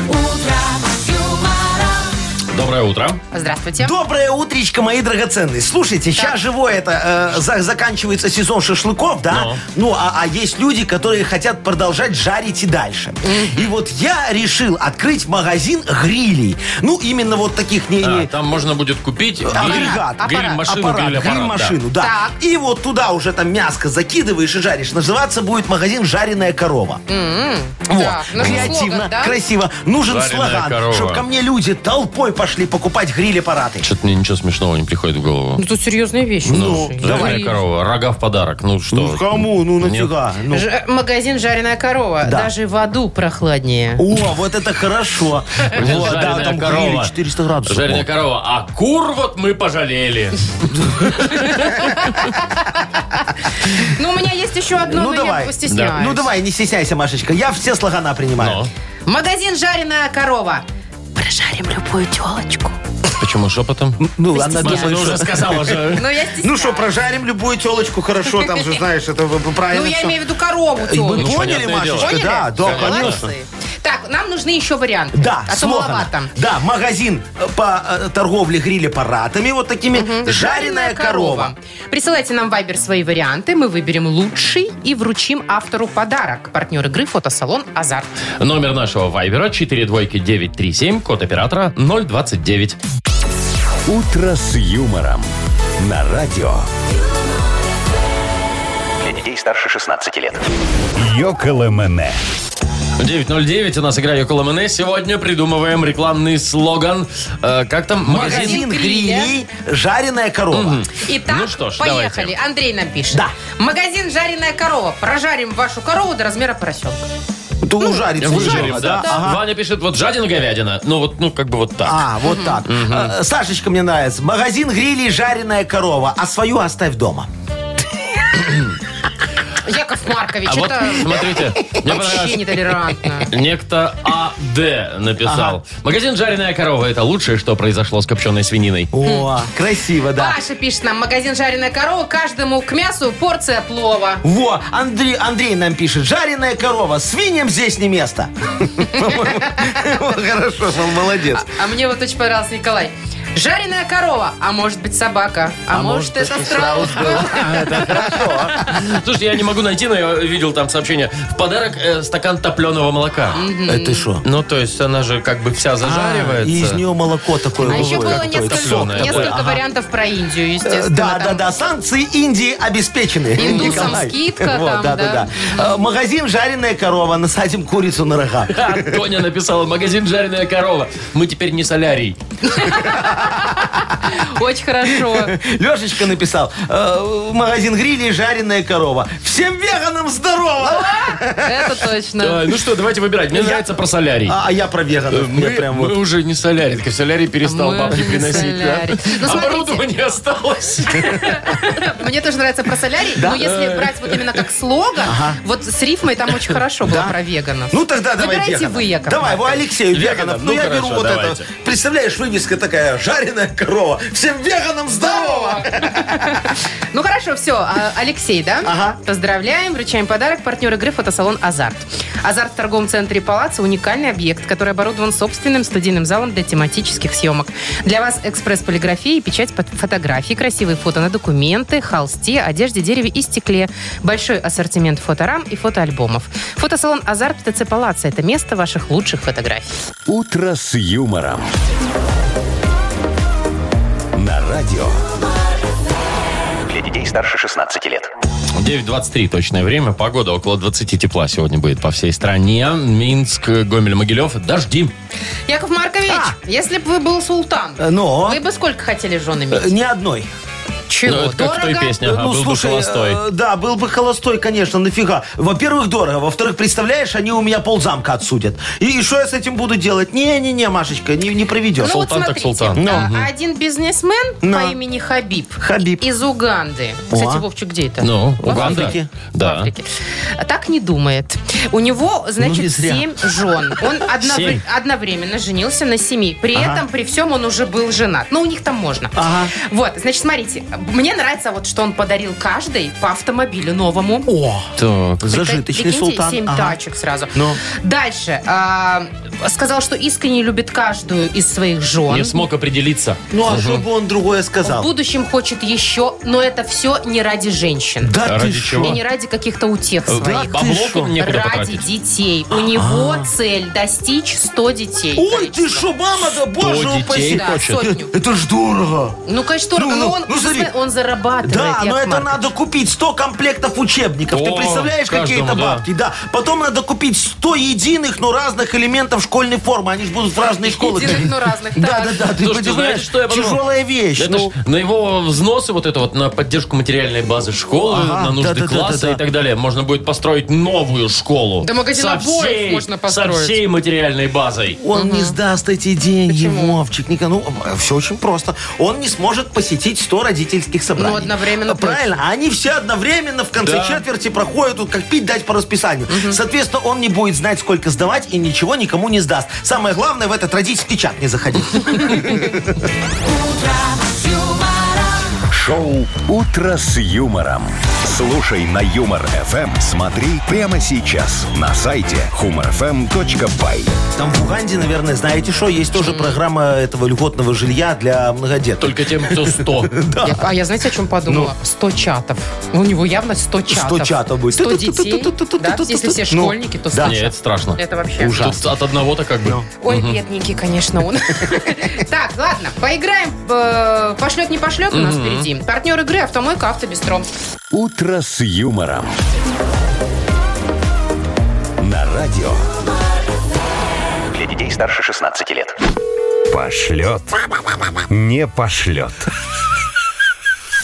Доброе утро. Здравствуйте. Доброе утречко, мои драгоценные. Слушайте, сейчас живой это э, за- заканчивается сезон шашлыков, да? Ну. Ну, а, а есть люди, которые хотят продолжать жарить и дальше. И вот я решил открыть магазин грилей. Ну, именно вот таких не, А, не- там можно будет купить Агрегат. гриль- гриль-машину, аппарат, гриль-аппарат. да. гриль-машину, да. Так. И вот туда уже там мяско закидываешь и жаришь. Называться будет магазин «Жареная корова». Вот. Так, нужен Креативно, слоган, да? красиво. Нужен «Жареная корова». слоган, чтобы ко мне люди толпой пошли покупать гриль-аппараты. Что-то мне ничего смешного не приходит в голову. Ну, тут серьезные вещи. Ну, слушай. Жареная Гриль. корова, рога в подарок. Ну что? Ну, кому? Ну, Нет. нафига? Ну. Ж- магазин «Жареная корова». Да. Даже в аду прохладнее. Ну, О, вот это хорошо. Вот, да, Жареная там корова. грили 400 градусов. Жареная корова. А кур вот мы пожалели. Ну, у меня есть еще одно, Ну, но я давай. постесняюсь. Ну, давай, не стесняйся, Машечка. Я все слогана Но. принимаю. Магазин «Жареная корова». Прожарим любую телочку. Почему шепотом? Ну, ладно, Маша, думаю, ну уже что- сказала же. Но я стесняюсь. Ну что, прожарим любую телочку хорошо, там же, знаешь, это вы- вы правильно Ну, я всё. имею в виду корову И Мы телочку. Ну, поняли, понятное дело. Машечка, Поняли? да, да, конечно. Молодцы. Так, нам нужны еще варианты. Да, А то слоган. маловато. Да, магазин э, по э, торговле гриль-аппаратами, вот такими. Жареная корова. Присылайте нам в Viber свои варианты, мы выберем лучший и вручим автору подарок. Партнер игры фотосалон «Азарт». Номер нашего вайбера 42937, код оператора 029. «Утро с юмором» на радио Для детей старше 16 лет. «Йоколэмэне». 909, у нас игра Йокола МН. Сегодня придумываем рекламный слоган. Э, как там? Магазин. Магазин грилей, жареная корова. Итак, Ну что ж, поехали. давайте. Андрей нам пишет. Да. Магазин «Жареная корова». Прожарим вашу корову до размера поросенка. То ужарится. Выжарим, здорово, да? Ага. Ваня пишет, вот жадина говядина. Ну вот, ну как бы вот так. А, вот так. Э, Сашечка мне нравится. Магазин грилей, жареная корова. А свою оставь дома. Яков Маркович, А вот, это смотрите, мне понравилось, вообще нелтолерантно. Некто АД написал. Магазин «Жареная корова» — это лучшее, что произошло с копченой свининой. О, красиво, да. Паша пишет нам, магазин «Жареная корова», каждому к мясу порция плова. Во, Андрей, Андрей нам пишет, жареная корова, свиньям здесь не место. По-моему, вот Хорошо, он молодец. А мне вот очень понравился Николай. Жареная корова, а может быть собака, а, может, это страус. Слушай, я не могу найти, но я видел там сообщение. В подарок э, стакан топленого молока. Это что? Ну, то есть она же как бы вся зажаривается. И из нее молоко такое. А еще выходит, было какое-то несколько, сок такой. несколько Ага. вариантов про Индию, Э, естественно. Да, там. да, да, санкции Индии обеспечены. Индусам Николай. скидка Вот, там, да, да. да, да. Э, Магазин «Жареная корова», насадим курицу на рога. А, Тоня написала, магазин «Жареная корова». Мы теперь не солярий. Очень хорошо. Лешечка написал, э, магазин грилей «Жареная корова». Всем веганам здорово! Это Э, точно. Ну что, давайте выбирать. Мне нравится про солярий. А а я про Э, веганов. Мы, Я прям мы вот... уже не солярий, так и солярий перестал Мы бабки уже не приносить. да? солярий. Ну, смотрите. Оборудование осталось. Мне тоже нравится про солярий, но Э. если брать вот именно как слога, вот с рифмой там очень хорошо было про веганов. Ну тогда давай Выбирайте веганов. вы, Яков Давай, во Алексею Веганов, веганов. ну Ну я хорошо, беру вот давайте. это. Представляешь, вывеска такая, жареная корова. Всем веганам здорово! Ну хорошо, все, а, Алексей, да? Ага. Поздравляем, вручаем подарок. Партнер игры фотосалон «Азарт». «Азарт» в торговом центре «Палаца» – уникальный объект, который оборудован собственным студийным залом для тематических съемок. Для вас экспресс-полиграфия и печать под- фотографий, красивые фото на документы, холсте, одежде, дереве и стекле. Большой ассортимент фоторам и фотоальбомов. Фотосалон «Азарт» в ТЦ «Палаца» – это место ваших лучших фотографий. «Утро с юмором». На радио. Для детей старше 16 лет. 9.23 точное время. Погода около 20 тепла сегодня будет по всей стране. Минск, Гомель, Могилев. Дожди. Яков Маркович, если бы вы был султан, А! Э, Но вы бы сколько хотели жены иметь? э, ни одной. Чего? Ну, это как в той Дорого? песне. Ага, был бы холостой. э, да, был бы холостой, конечно, нафига. Во-первых, дорого. Во-вторых, представляешь, они у меня ползамка отсудят. И, и что я с этим буду делать? Не-не-не, Машечка, не, не проведешь. Ну, Султан так султан. а, Ну, мгм. один бизнесмен Ну. по имени Хабиб. Хабиб. Из Уганды. Кстати, Вовчик, где это? Ну, В Уганда. Африке. В Да. Африке. А Так не думает. У него, Ну, не значит, зря. семь жен. Он одновре- Семь? одновременно женился на семи. При этом, при всем, он уже был женат. Ну, у них там можно. Ага. Вот, значит, смотрите. Мне нравится вот, что он подарил каждой по автомобилю новому. О, Так. зажиточный Прикиньте, султан. семь Ага. тачек сразу. Ну. Дальше. а, сказал, что искренне любит каждую из своих жен. Не смог определиться. Ну, а что бы он другое В сказал? будущем хочет еще, но это все не ради женщин. Да Ради ты чего? чего? И не ради каких-то утех Э, своих. ты Бабло шо? некуда ради потратить. детей. У него цель достичь 100 детей. Ой, Количество. ты что, мама, да боже детей упаси. Да, хочет. сотню. Это ж дорого. Ну, конечно, Ну, дорого, но ну, он, ну, смотри. бизнесмен, он зарабатывает. Да, но Яков это Маркович. надо купить 100 комплектов учебников. Ты О, представляешь, каждому, какие-то да. бабки, да. Потом надо купить 100 единых, но разных элементов школьной формы. Они же будут в разные школы. Единых, но разных, Да, так. да, да. Ты Слушайте, знаете, понимаешь, что я подумал? тяжелая вещь. Это ну. ж на его взносы, вот это вот, на поддержку материальной базы школы, Ага, на нужды да-да-да-да-да. класса и так далее, можно будет построить новую школу. Да магазин Со обоев всей- можно построить. Со всей материальной базой. Он не сдаст эти деньги, Вовчик. Ника- Ну, все очень просто. Он не сможет посетить 100 родительских собраний. Ну, одновременно Правильно. А Они все одновременно в конце Да. четверти проходят, вот как пить дать по расписанию. Соответственно, он не будет знать, сколько сдавать, и ничего никому не сдаст. Самое главное, в этот родительский чат не заходить. Шоу «Утро с юмором». Слушай на Юмор ФМ. Смотри прямо сейчас на сайте humorfm.by. Там в Уганде, наверное, знаете что, есть тоже программа этого льготного жилья для многодетных. Только тем, кто 100. Я- а я знаете, о чем подумала? 100 чатов. У него явно 100 чатов. 100 чатов будет. 100 детей. да? Если все Ну, школьники, то 100 да. Нет, чатов. это страшно. Это вообще Тут от одного-то как бы... Ой, бедненький, конечно, он. Так, ладно, поиграем. в, э, Пошлет, не пошлет у нас впереди. Партнер игры «Автомойка Автобестро». «Утро с юмором». На радио. Для детей старше 16 лет. Пошлет. Не пошлет.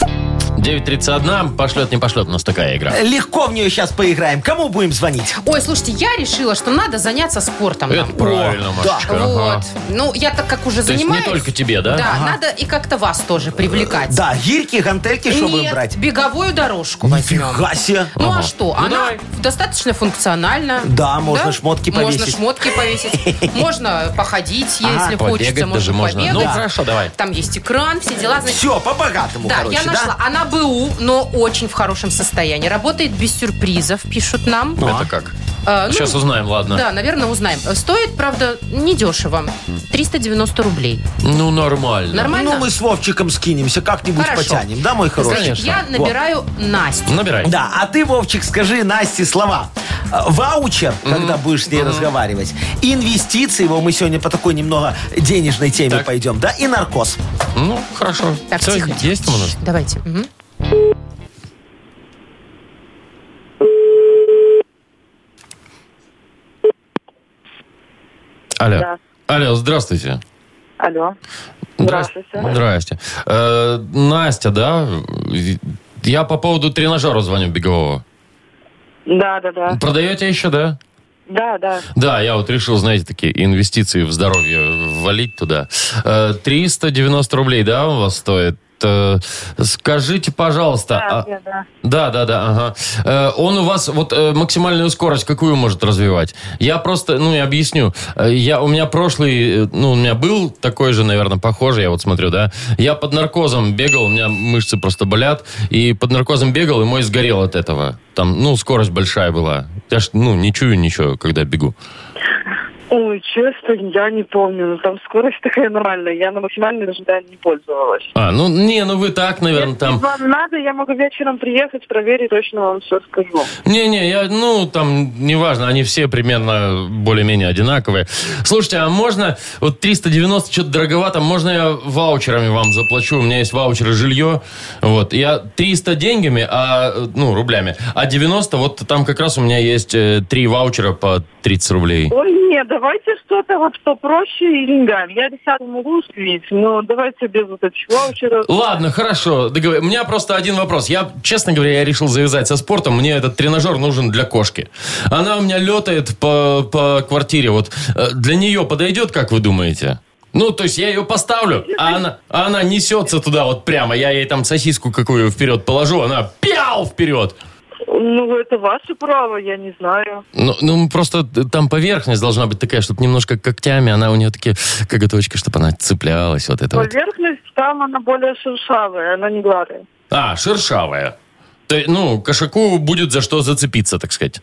9.31. Пошлет, не пошлет. У нас такая игра. Легко в нее сейчас поиграем. Кому будем звонить? Ой, слушайте, я решила, что надо заняться спортом. Это нам. правильно, да. Машечка. Вот. Ага. Ну, я так как уже То есть не занимаюсь... только тебе, да? Да, надо и как-то вас тоже привлекать. Да, гирьки, гантельки, что будем Нет, брать? беговую дорожку возьмем. Нифига себе. Ну Ага. а что? Ну, Она давай. достаточно функциональна. Да, можно шмотки повесить. Можно шмотки повесить. Можно походить, Ага. если хочется. А, Побегать даже можно. побегать. Ну, хорошо, давай. Там есть экран, все дела. значит, Все, по-богатому, да, Ну, короче, я нашла. да? Она БУ, но очень в хорошем состоянии. Работает без сюрпризов, пишут нам. Это как? Э, ну, Сейчас узнаем, ладно. Да, наверное, узнаем. Стоит, правда, недешево. 390 рублей. Ну, нормально. Нормально? Ну, мы с Вовчиком скинемся, как-нибудь Хорошо. потянем, да, мой хороший? Конечно. Я Вот. набираю Настю. Набирай. Да, а ты, Вовчик, скажи Насте слова. Э, Ваучер, когда будешь с ней разговаривать, инвестиции, его мы сегодня по такой немного денежной теме Так. пойдем, да, и наркоз. Ну, хорошо. Так, Всё, тихо, тихо. есть у нас? Давайте. Мгм. Алло. Да. Алло, здравствуйте. Алло. Здрасте. Здрасте. Э, Настя, да? Я по поводу тренажера звоню бегового. Да, да, да. Продаете еще, да? Да, да. Да, я вот решил, знаете, такие инвестиции в здоровье ввалить туда. Э, 390 рублей, да, у вас стоит? Э, Скажите, пожалуйста... Да, а- да, да. Да, да, да, ага. Э, он у вас вот э, максимальную скорость какую может развивать? Я просто, ну, я объясню. Э, я, у меня прошлый, э, ну, у меня был такой же, наверное, похожий, я вот смотрю, да. Я под наркозом бегал, у меня мышцы просто болят, и под наркозом бегал, и мой сгорел от этого. Там, ну, скорость большая была. Я ж, ну, не чую ничего, когда бегу. Ой, честно, я не помню. Ну, там скорость такая нормальная. Я на максимальной даже да, не пользовалась. А, ну, не, ну вы так, наверное, Если там... вам надо, я могу вечером приехать, проверить, точно вам все скажу. Не-не, я, ну, там, неважно, они все примерно более-менее одинаковые. Слушайте, а можно, вот 390, что-то дороговато, можно я ваучерами вам заплачу? У меня есть ваучеры жилье, вот, я 300 деньгами, а, э, ну, рублями, а 90, вот там как раз у меня есть э, три ваучера по 30 рублей. Ой, нет, давайте что-то вот попроще и деньгами. Я десятку могу успеть, но давайте без вот этого вчера. Ладно, хорошо. договор- У меня просто один вопрос. Я, честно говоря, я решил завязать со спортом. Мне этот тренажер нужен для кошки. Она у меня летает по, по квартире. Вот э, для нее подойдет, как вы думаете? Ну, то есть я ее поставлю, а она, а она несется туда вот прямо. Я ей там сосиску какую вперед положу, она пяу вперед. Ну, это ваше право, я не знаю. Ну, ну, просто там поверхность должна быть такая, чтобы немножко когтями, она у нее такие коготочки, чтобы она цеплялась вот это вот. Поверхность там, она более шершавая, она не гладкая. А, шершавая. То есть, ну, кошаку будет за что зацепиться, так сказать.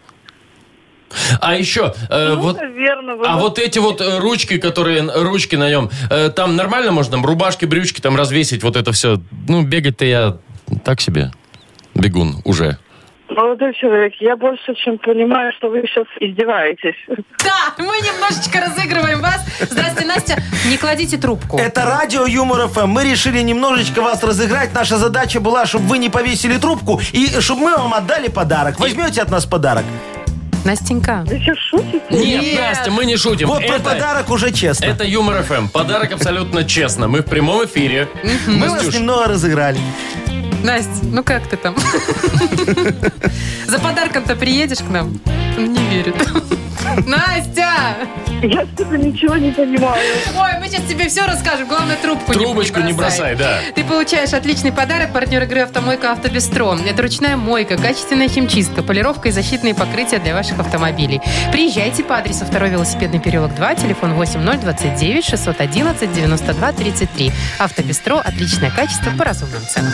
А еще, э, ну, вот, наверное, вы... а вот эти вот э, ручки, которые, н- ручки на нем, э, там нормально можно рубашки, брючки там развесить, вот это все? Ну, бегать-то я так себе бегун уже. Молодой человек, я больше чем понимаю, что вы сейчас издеваетесь. Да, мы немножечко разыгрываем вас. Здравствуйте, Настя. Не кладите трубку. Это радио Юмор ФМ. Мы решили немножечко вас разыграть. Наша задача была, чтобы вы не повесили трубку и чтобы мы вам отдали подарок. Возьмете от нас подарок. Настенька. Вы сейчас шутите? Нет, Настя, мы не шутим. Вот про это, подарок уже честно. это Юмор ФМ. Подарок абсолютно честно. Мы в прямом эфире. мы вас Настюш, немного разыграли. Настя, ну как ты там? За подарком-то приедешь к нам? Не верит. Настя! Я что-то ничего не понимаю. Ой, мы сейчас тебе все расскажем. Главное, трубку не- трубочку не бросай, да. Ты получаешь отличный подарок партнер игры «Автомойка Автобестро». Это ручная мойка, качественная химчистка, полировка и защитные покрытия для ваших автомобилей. Приезжайте по адресу 2 велосипедный переулок 2, телефон 8029 611 92 33. «Автобестро» – отличное качество по разумным ценам.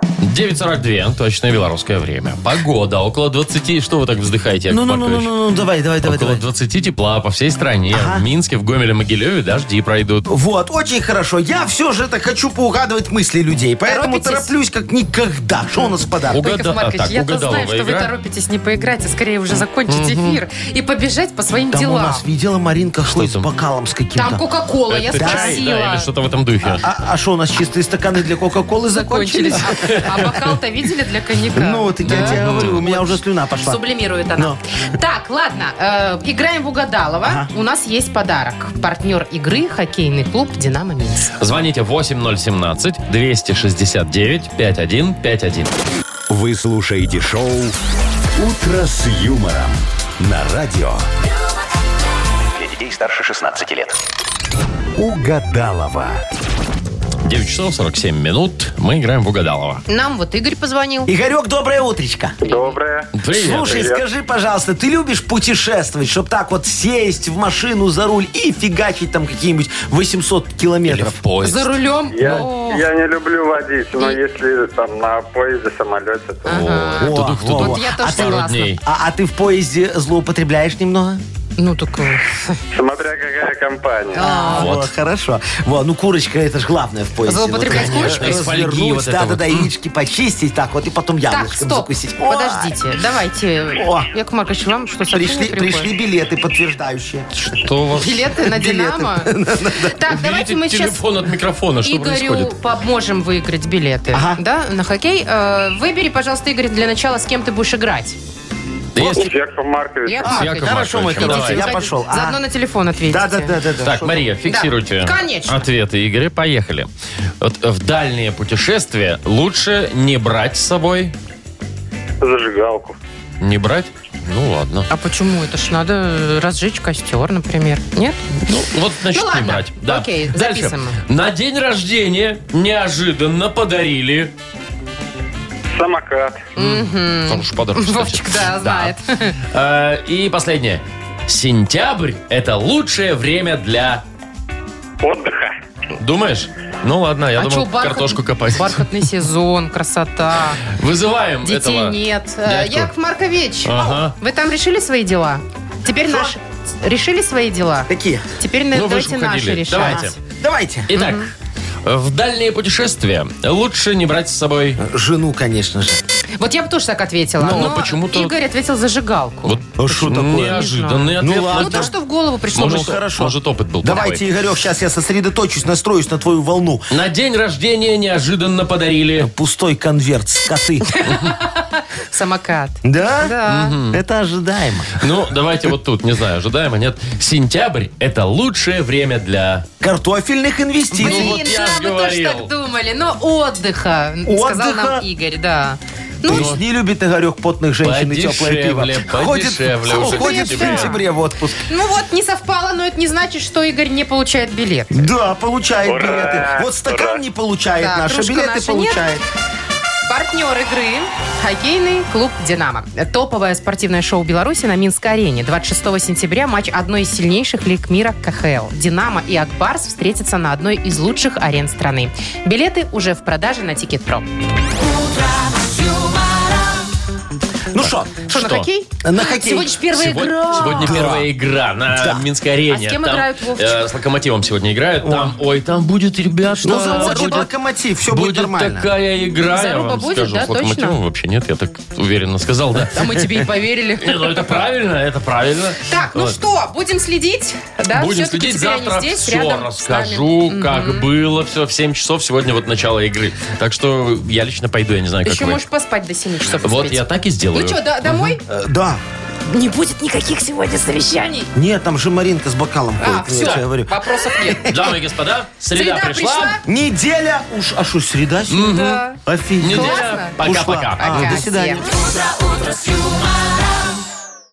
9.42, точное белорусское время. Погода около 20. Что вы так вздыхаете, Яков Ну, ну, ну, ну, Маркович? ну, ну, давай, давай, давай, Около давай. 20 тепла по всей стране. Ага. В Минске, в Гомеле, Могилеве дожди пройдут. Вот, очень хорошо. Я все же это хочу поугадывать мысли людей, поэтому Торопитесь? тороплюсь как никогда. Что у нас в подарок? Уга- Яков Угада- а, Маркович, так, я-то угадалова знаю, что вы игра? торопитесь не поиграть, а скорее уже закончить эфир и побежать по своим Там у делам. нас видела Маринка ходит с там? бокалом с Там каким-то. Кока-Кола, я Это чай, да, спросила. а, или что-то в этом духе. А что, у нас чистые стаканы для Кока-Колы закончились? Закончились. А бокал-то видели для коньяка? Ну, вот я Да? тебе говорю, у меня уже слюна пошла. Сублимирует она. Так, ладно, э, играем в Угадалова. У нас есть подарок. Партнер игры хоккейный клуб «Динамо Минск». Звоните 8017-269-5151. Вы слушаете шоу «Утро с юмором» на радио Для детей старше 16 лет. Угадалова. 9 часов 47 минут. Мы играем в Угадалова. Нам вот Игорь позвонил. Игорек, доброе утречко. Доброе. Привет. Слушай, скажи, пожалуйста, ты любишь путешествовать, чтобы так вот сесть в машину за руль и фигачить там какие-нибудь 800 Или километров? в поезд. За рулем. Я, О, я не люблю водить, но если там на поезде, самолете, то... ага. О, Тудух, тудух. во, Вот я тоже а ты- Пару согласна. дней. А, а ты в поезде злоупотребляешь немного? Ну, так... э, Смотря какая компания. А, вот. вот. хорошо. Во, ну курочка, это же главное в поезде. Злоупотреблять Вот, конечно, курочкой? Из фольги развернуть, вот это да, да, вот. да, яички почистить так вот, и потом Так, яблочком стоп. закусить. Ой, Подождите. Давайте. О. Яков Маркович, вам что, сообщение Пришли, приходит? пришли билеты подтверждающие. Что у вас? Билеты на Билеты. «Динамо». Так, давайте Берите мы сейчас телефон от микрофона, что Игорю происходит? поможем выиграть билеты Ага. да, на хоккей. Э, Выбери, пожалуйста, Игорь, для начала, с кем ты будешь играть. Да есть- Яков Маркович. Я- С А, Яковом хорошо, мой Марковичем, хороший, давай. я Давайте пошел. А. Заодно на телефон ответите. Да, да, да, да, да. Так, Шо- Мария, фиксируйте Конечно. ответы Игоря. Поехали. Вот в дальнее путешествие лучше не брать с собой. Зажигалку. Не брать? Ну ладно. А почему? Это ж надо разжечь костер, например. Нет? Ну, вот, значит, Ну, не ладно. брать. Да. Окей, Дальше. записано. На день рождения неожиданно подарили. Самокат. Хороший подарок, кстати. Вовчик, да, знает. А, И последнее. Сентябрь – это лучшее время для... Отдыха. Думаешь? Ну ладно, я А думал, чё, бархат- картошку копать. Бархатный сезон, красота. Вызываем Детей этого. нет. Э, дядьку. Яков Маркович, Ага. вы там решили свои дела? Теперь наши... Решили свои дела? Какие? Теперь Ну, вы ж давайте наши уходили. решать. Давайте. Давайте. Итак, в дальнее путешествие лучше не брать с собой. Э, Жену, конечно же. Вот я бы тоже так ответила. Ну, но а почему-то- Игорь ответил зажигалку. Вот что а такое? Неожиданный Ну ответ. ладно. Ну, то, что в голову пришло. Может, пришло. хорошо. может, опыт был Давайте, Игорек, сейчас я сосредоточусь, настроюсь на твою волну. такой. На день рождения неожиданно подарили. Пустой конверт, скоты. Самокат. Да? Да. Это ожидаемо. Ну, давайте вот тут, не знаю, ожидаемо, нет. Сентябрь – это лучшее время для... Картофельных инвестиций. Ну, Блин, вот я да, ж мы тоже говорил. так думали. Но отдыха, сказал Отдыха? нам Игорь, да. То Ну, есть не любит Игорек потных женщин и теплое пиво. Подешевле, Ходит, подешевле ну, уже ходит в в сентябре. сентябре в отпуск. ну вот, не совпало, но это не значит, что Игорь не получает билет. Да, получает Ура! билеты. Вот стакан Ура! не получает Да, наши, кружка билеты наша получает. Партнер игры – хоккейный клуб «Динамо». Топовое спортивное шоу Беларуси на Минской арене. 26 сентября матч одной из сильнейших лиг мира КХЛ. «Динамо» и «Акбарс» встретятся на одной из лучших арен страны. Билеты уже в продаже на «Тикет.Про». Ну что, Что, на Что? хоккей? на хоккей. Сегодня же первая Сегодня, игра. сегодня первая игра на Да. Минской арене. А с кем Там, играют, Вовчик? э, с локомотивом сегодня играют. Там, ой, там будет, ребят, Ну, там заводит будет- локомотив, все будет Будет нормально. такая игра, я Заруба вам будет, скажу. да, С локомотивом точно? вообще нет, я так уверенно сказал, да. А мы тебе и Не, ну поверили. это правильно, это правильно. Так, ну Вот. что, будем следить? Да, Будем всё-таки следить, теперь они завтра здесь, все рядом с нами. расскажу, как было все в 7 часов, сегодня вот начало игры. Так что я лично пойду, я не знаю, Ты как еще вы. можешь поспать до 7 часов. Вот успеть. я так и сделаю. Ну что, домой? Э, Да. Не будет никаких сегодня совещаний. Нет, там же Маринка с бокалом А, ходит, я все, тебе говорю. вопросов нет. Дамы и господа, среда, Среда пришла? Неделя уж, а что, среда сегодня? Да. Офигеть. Неделя. Ушла. Пока-пока. А, Пока до свидания. всем. Утро, утро с юмором.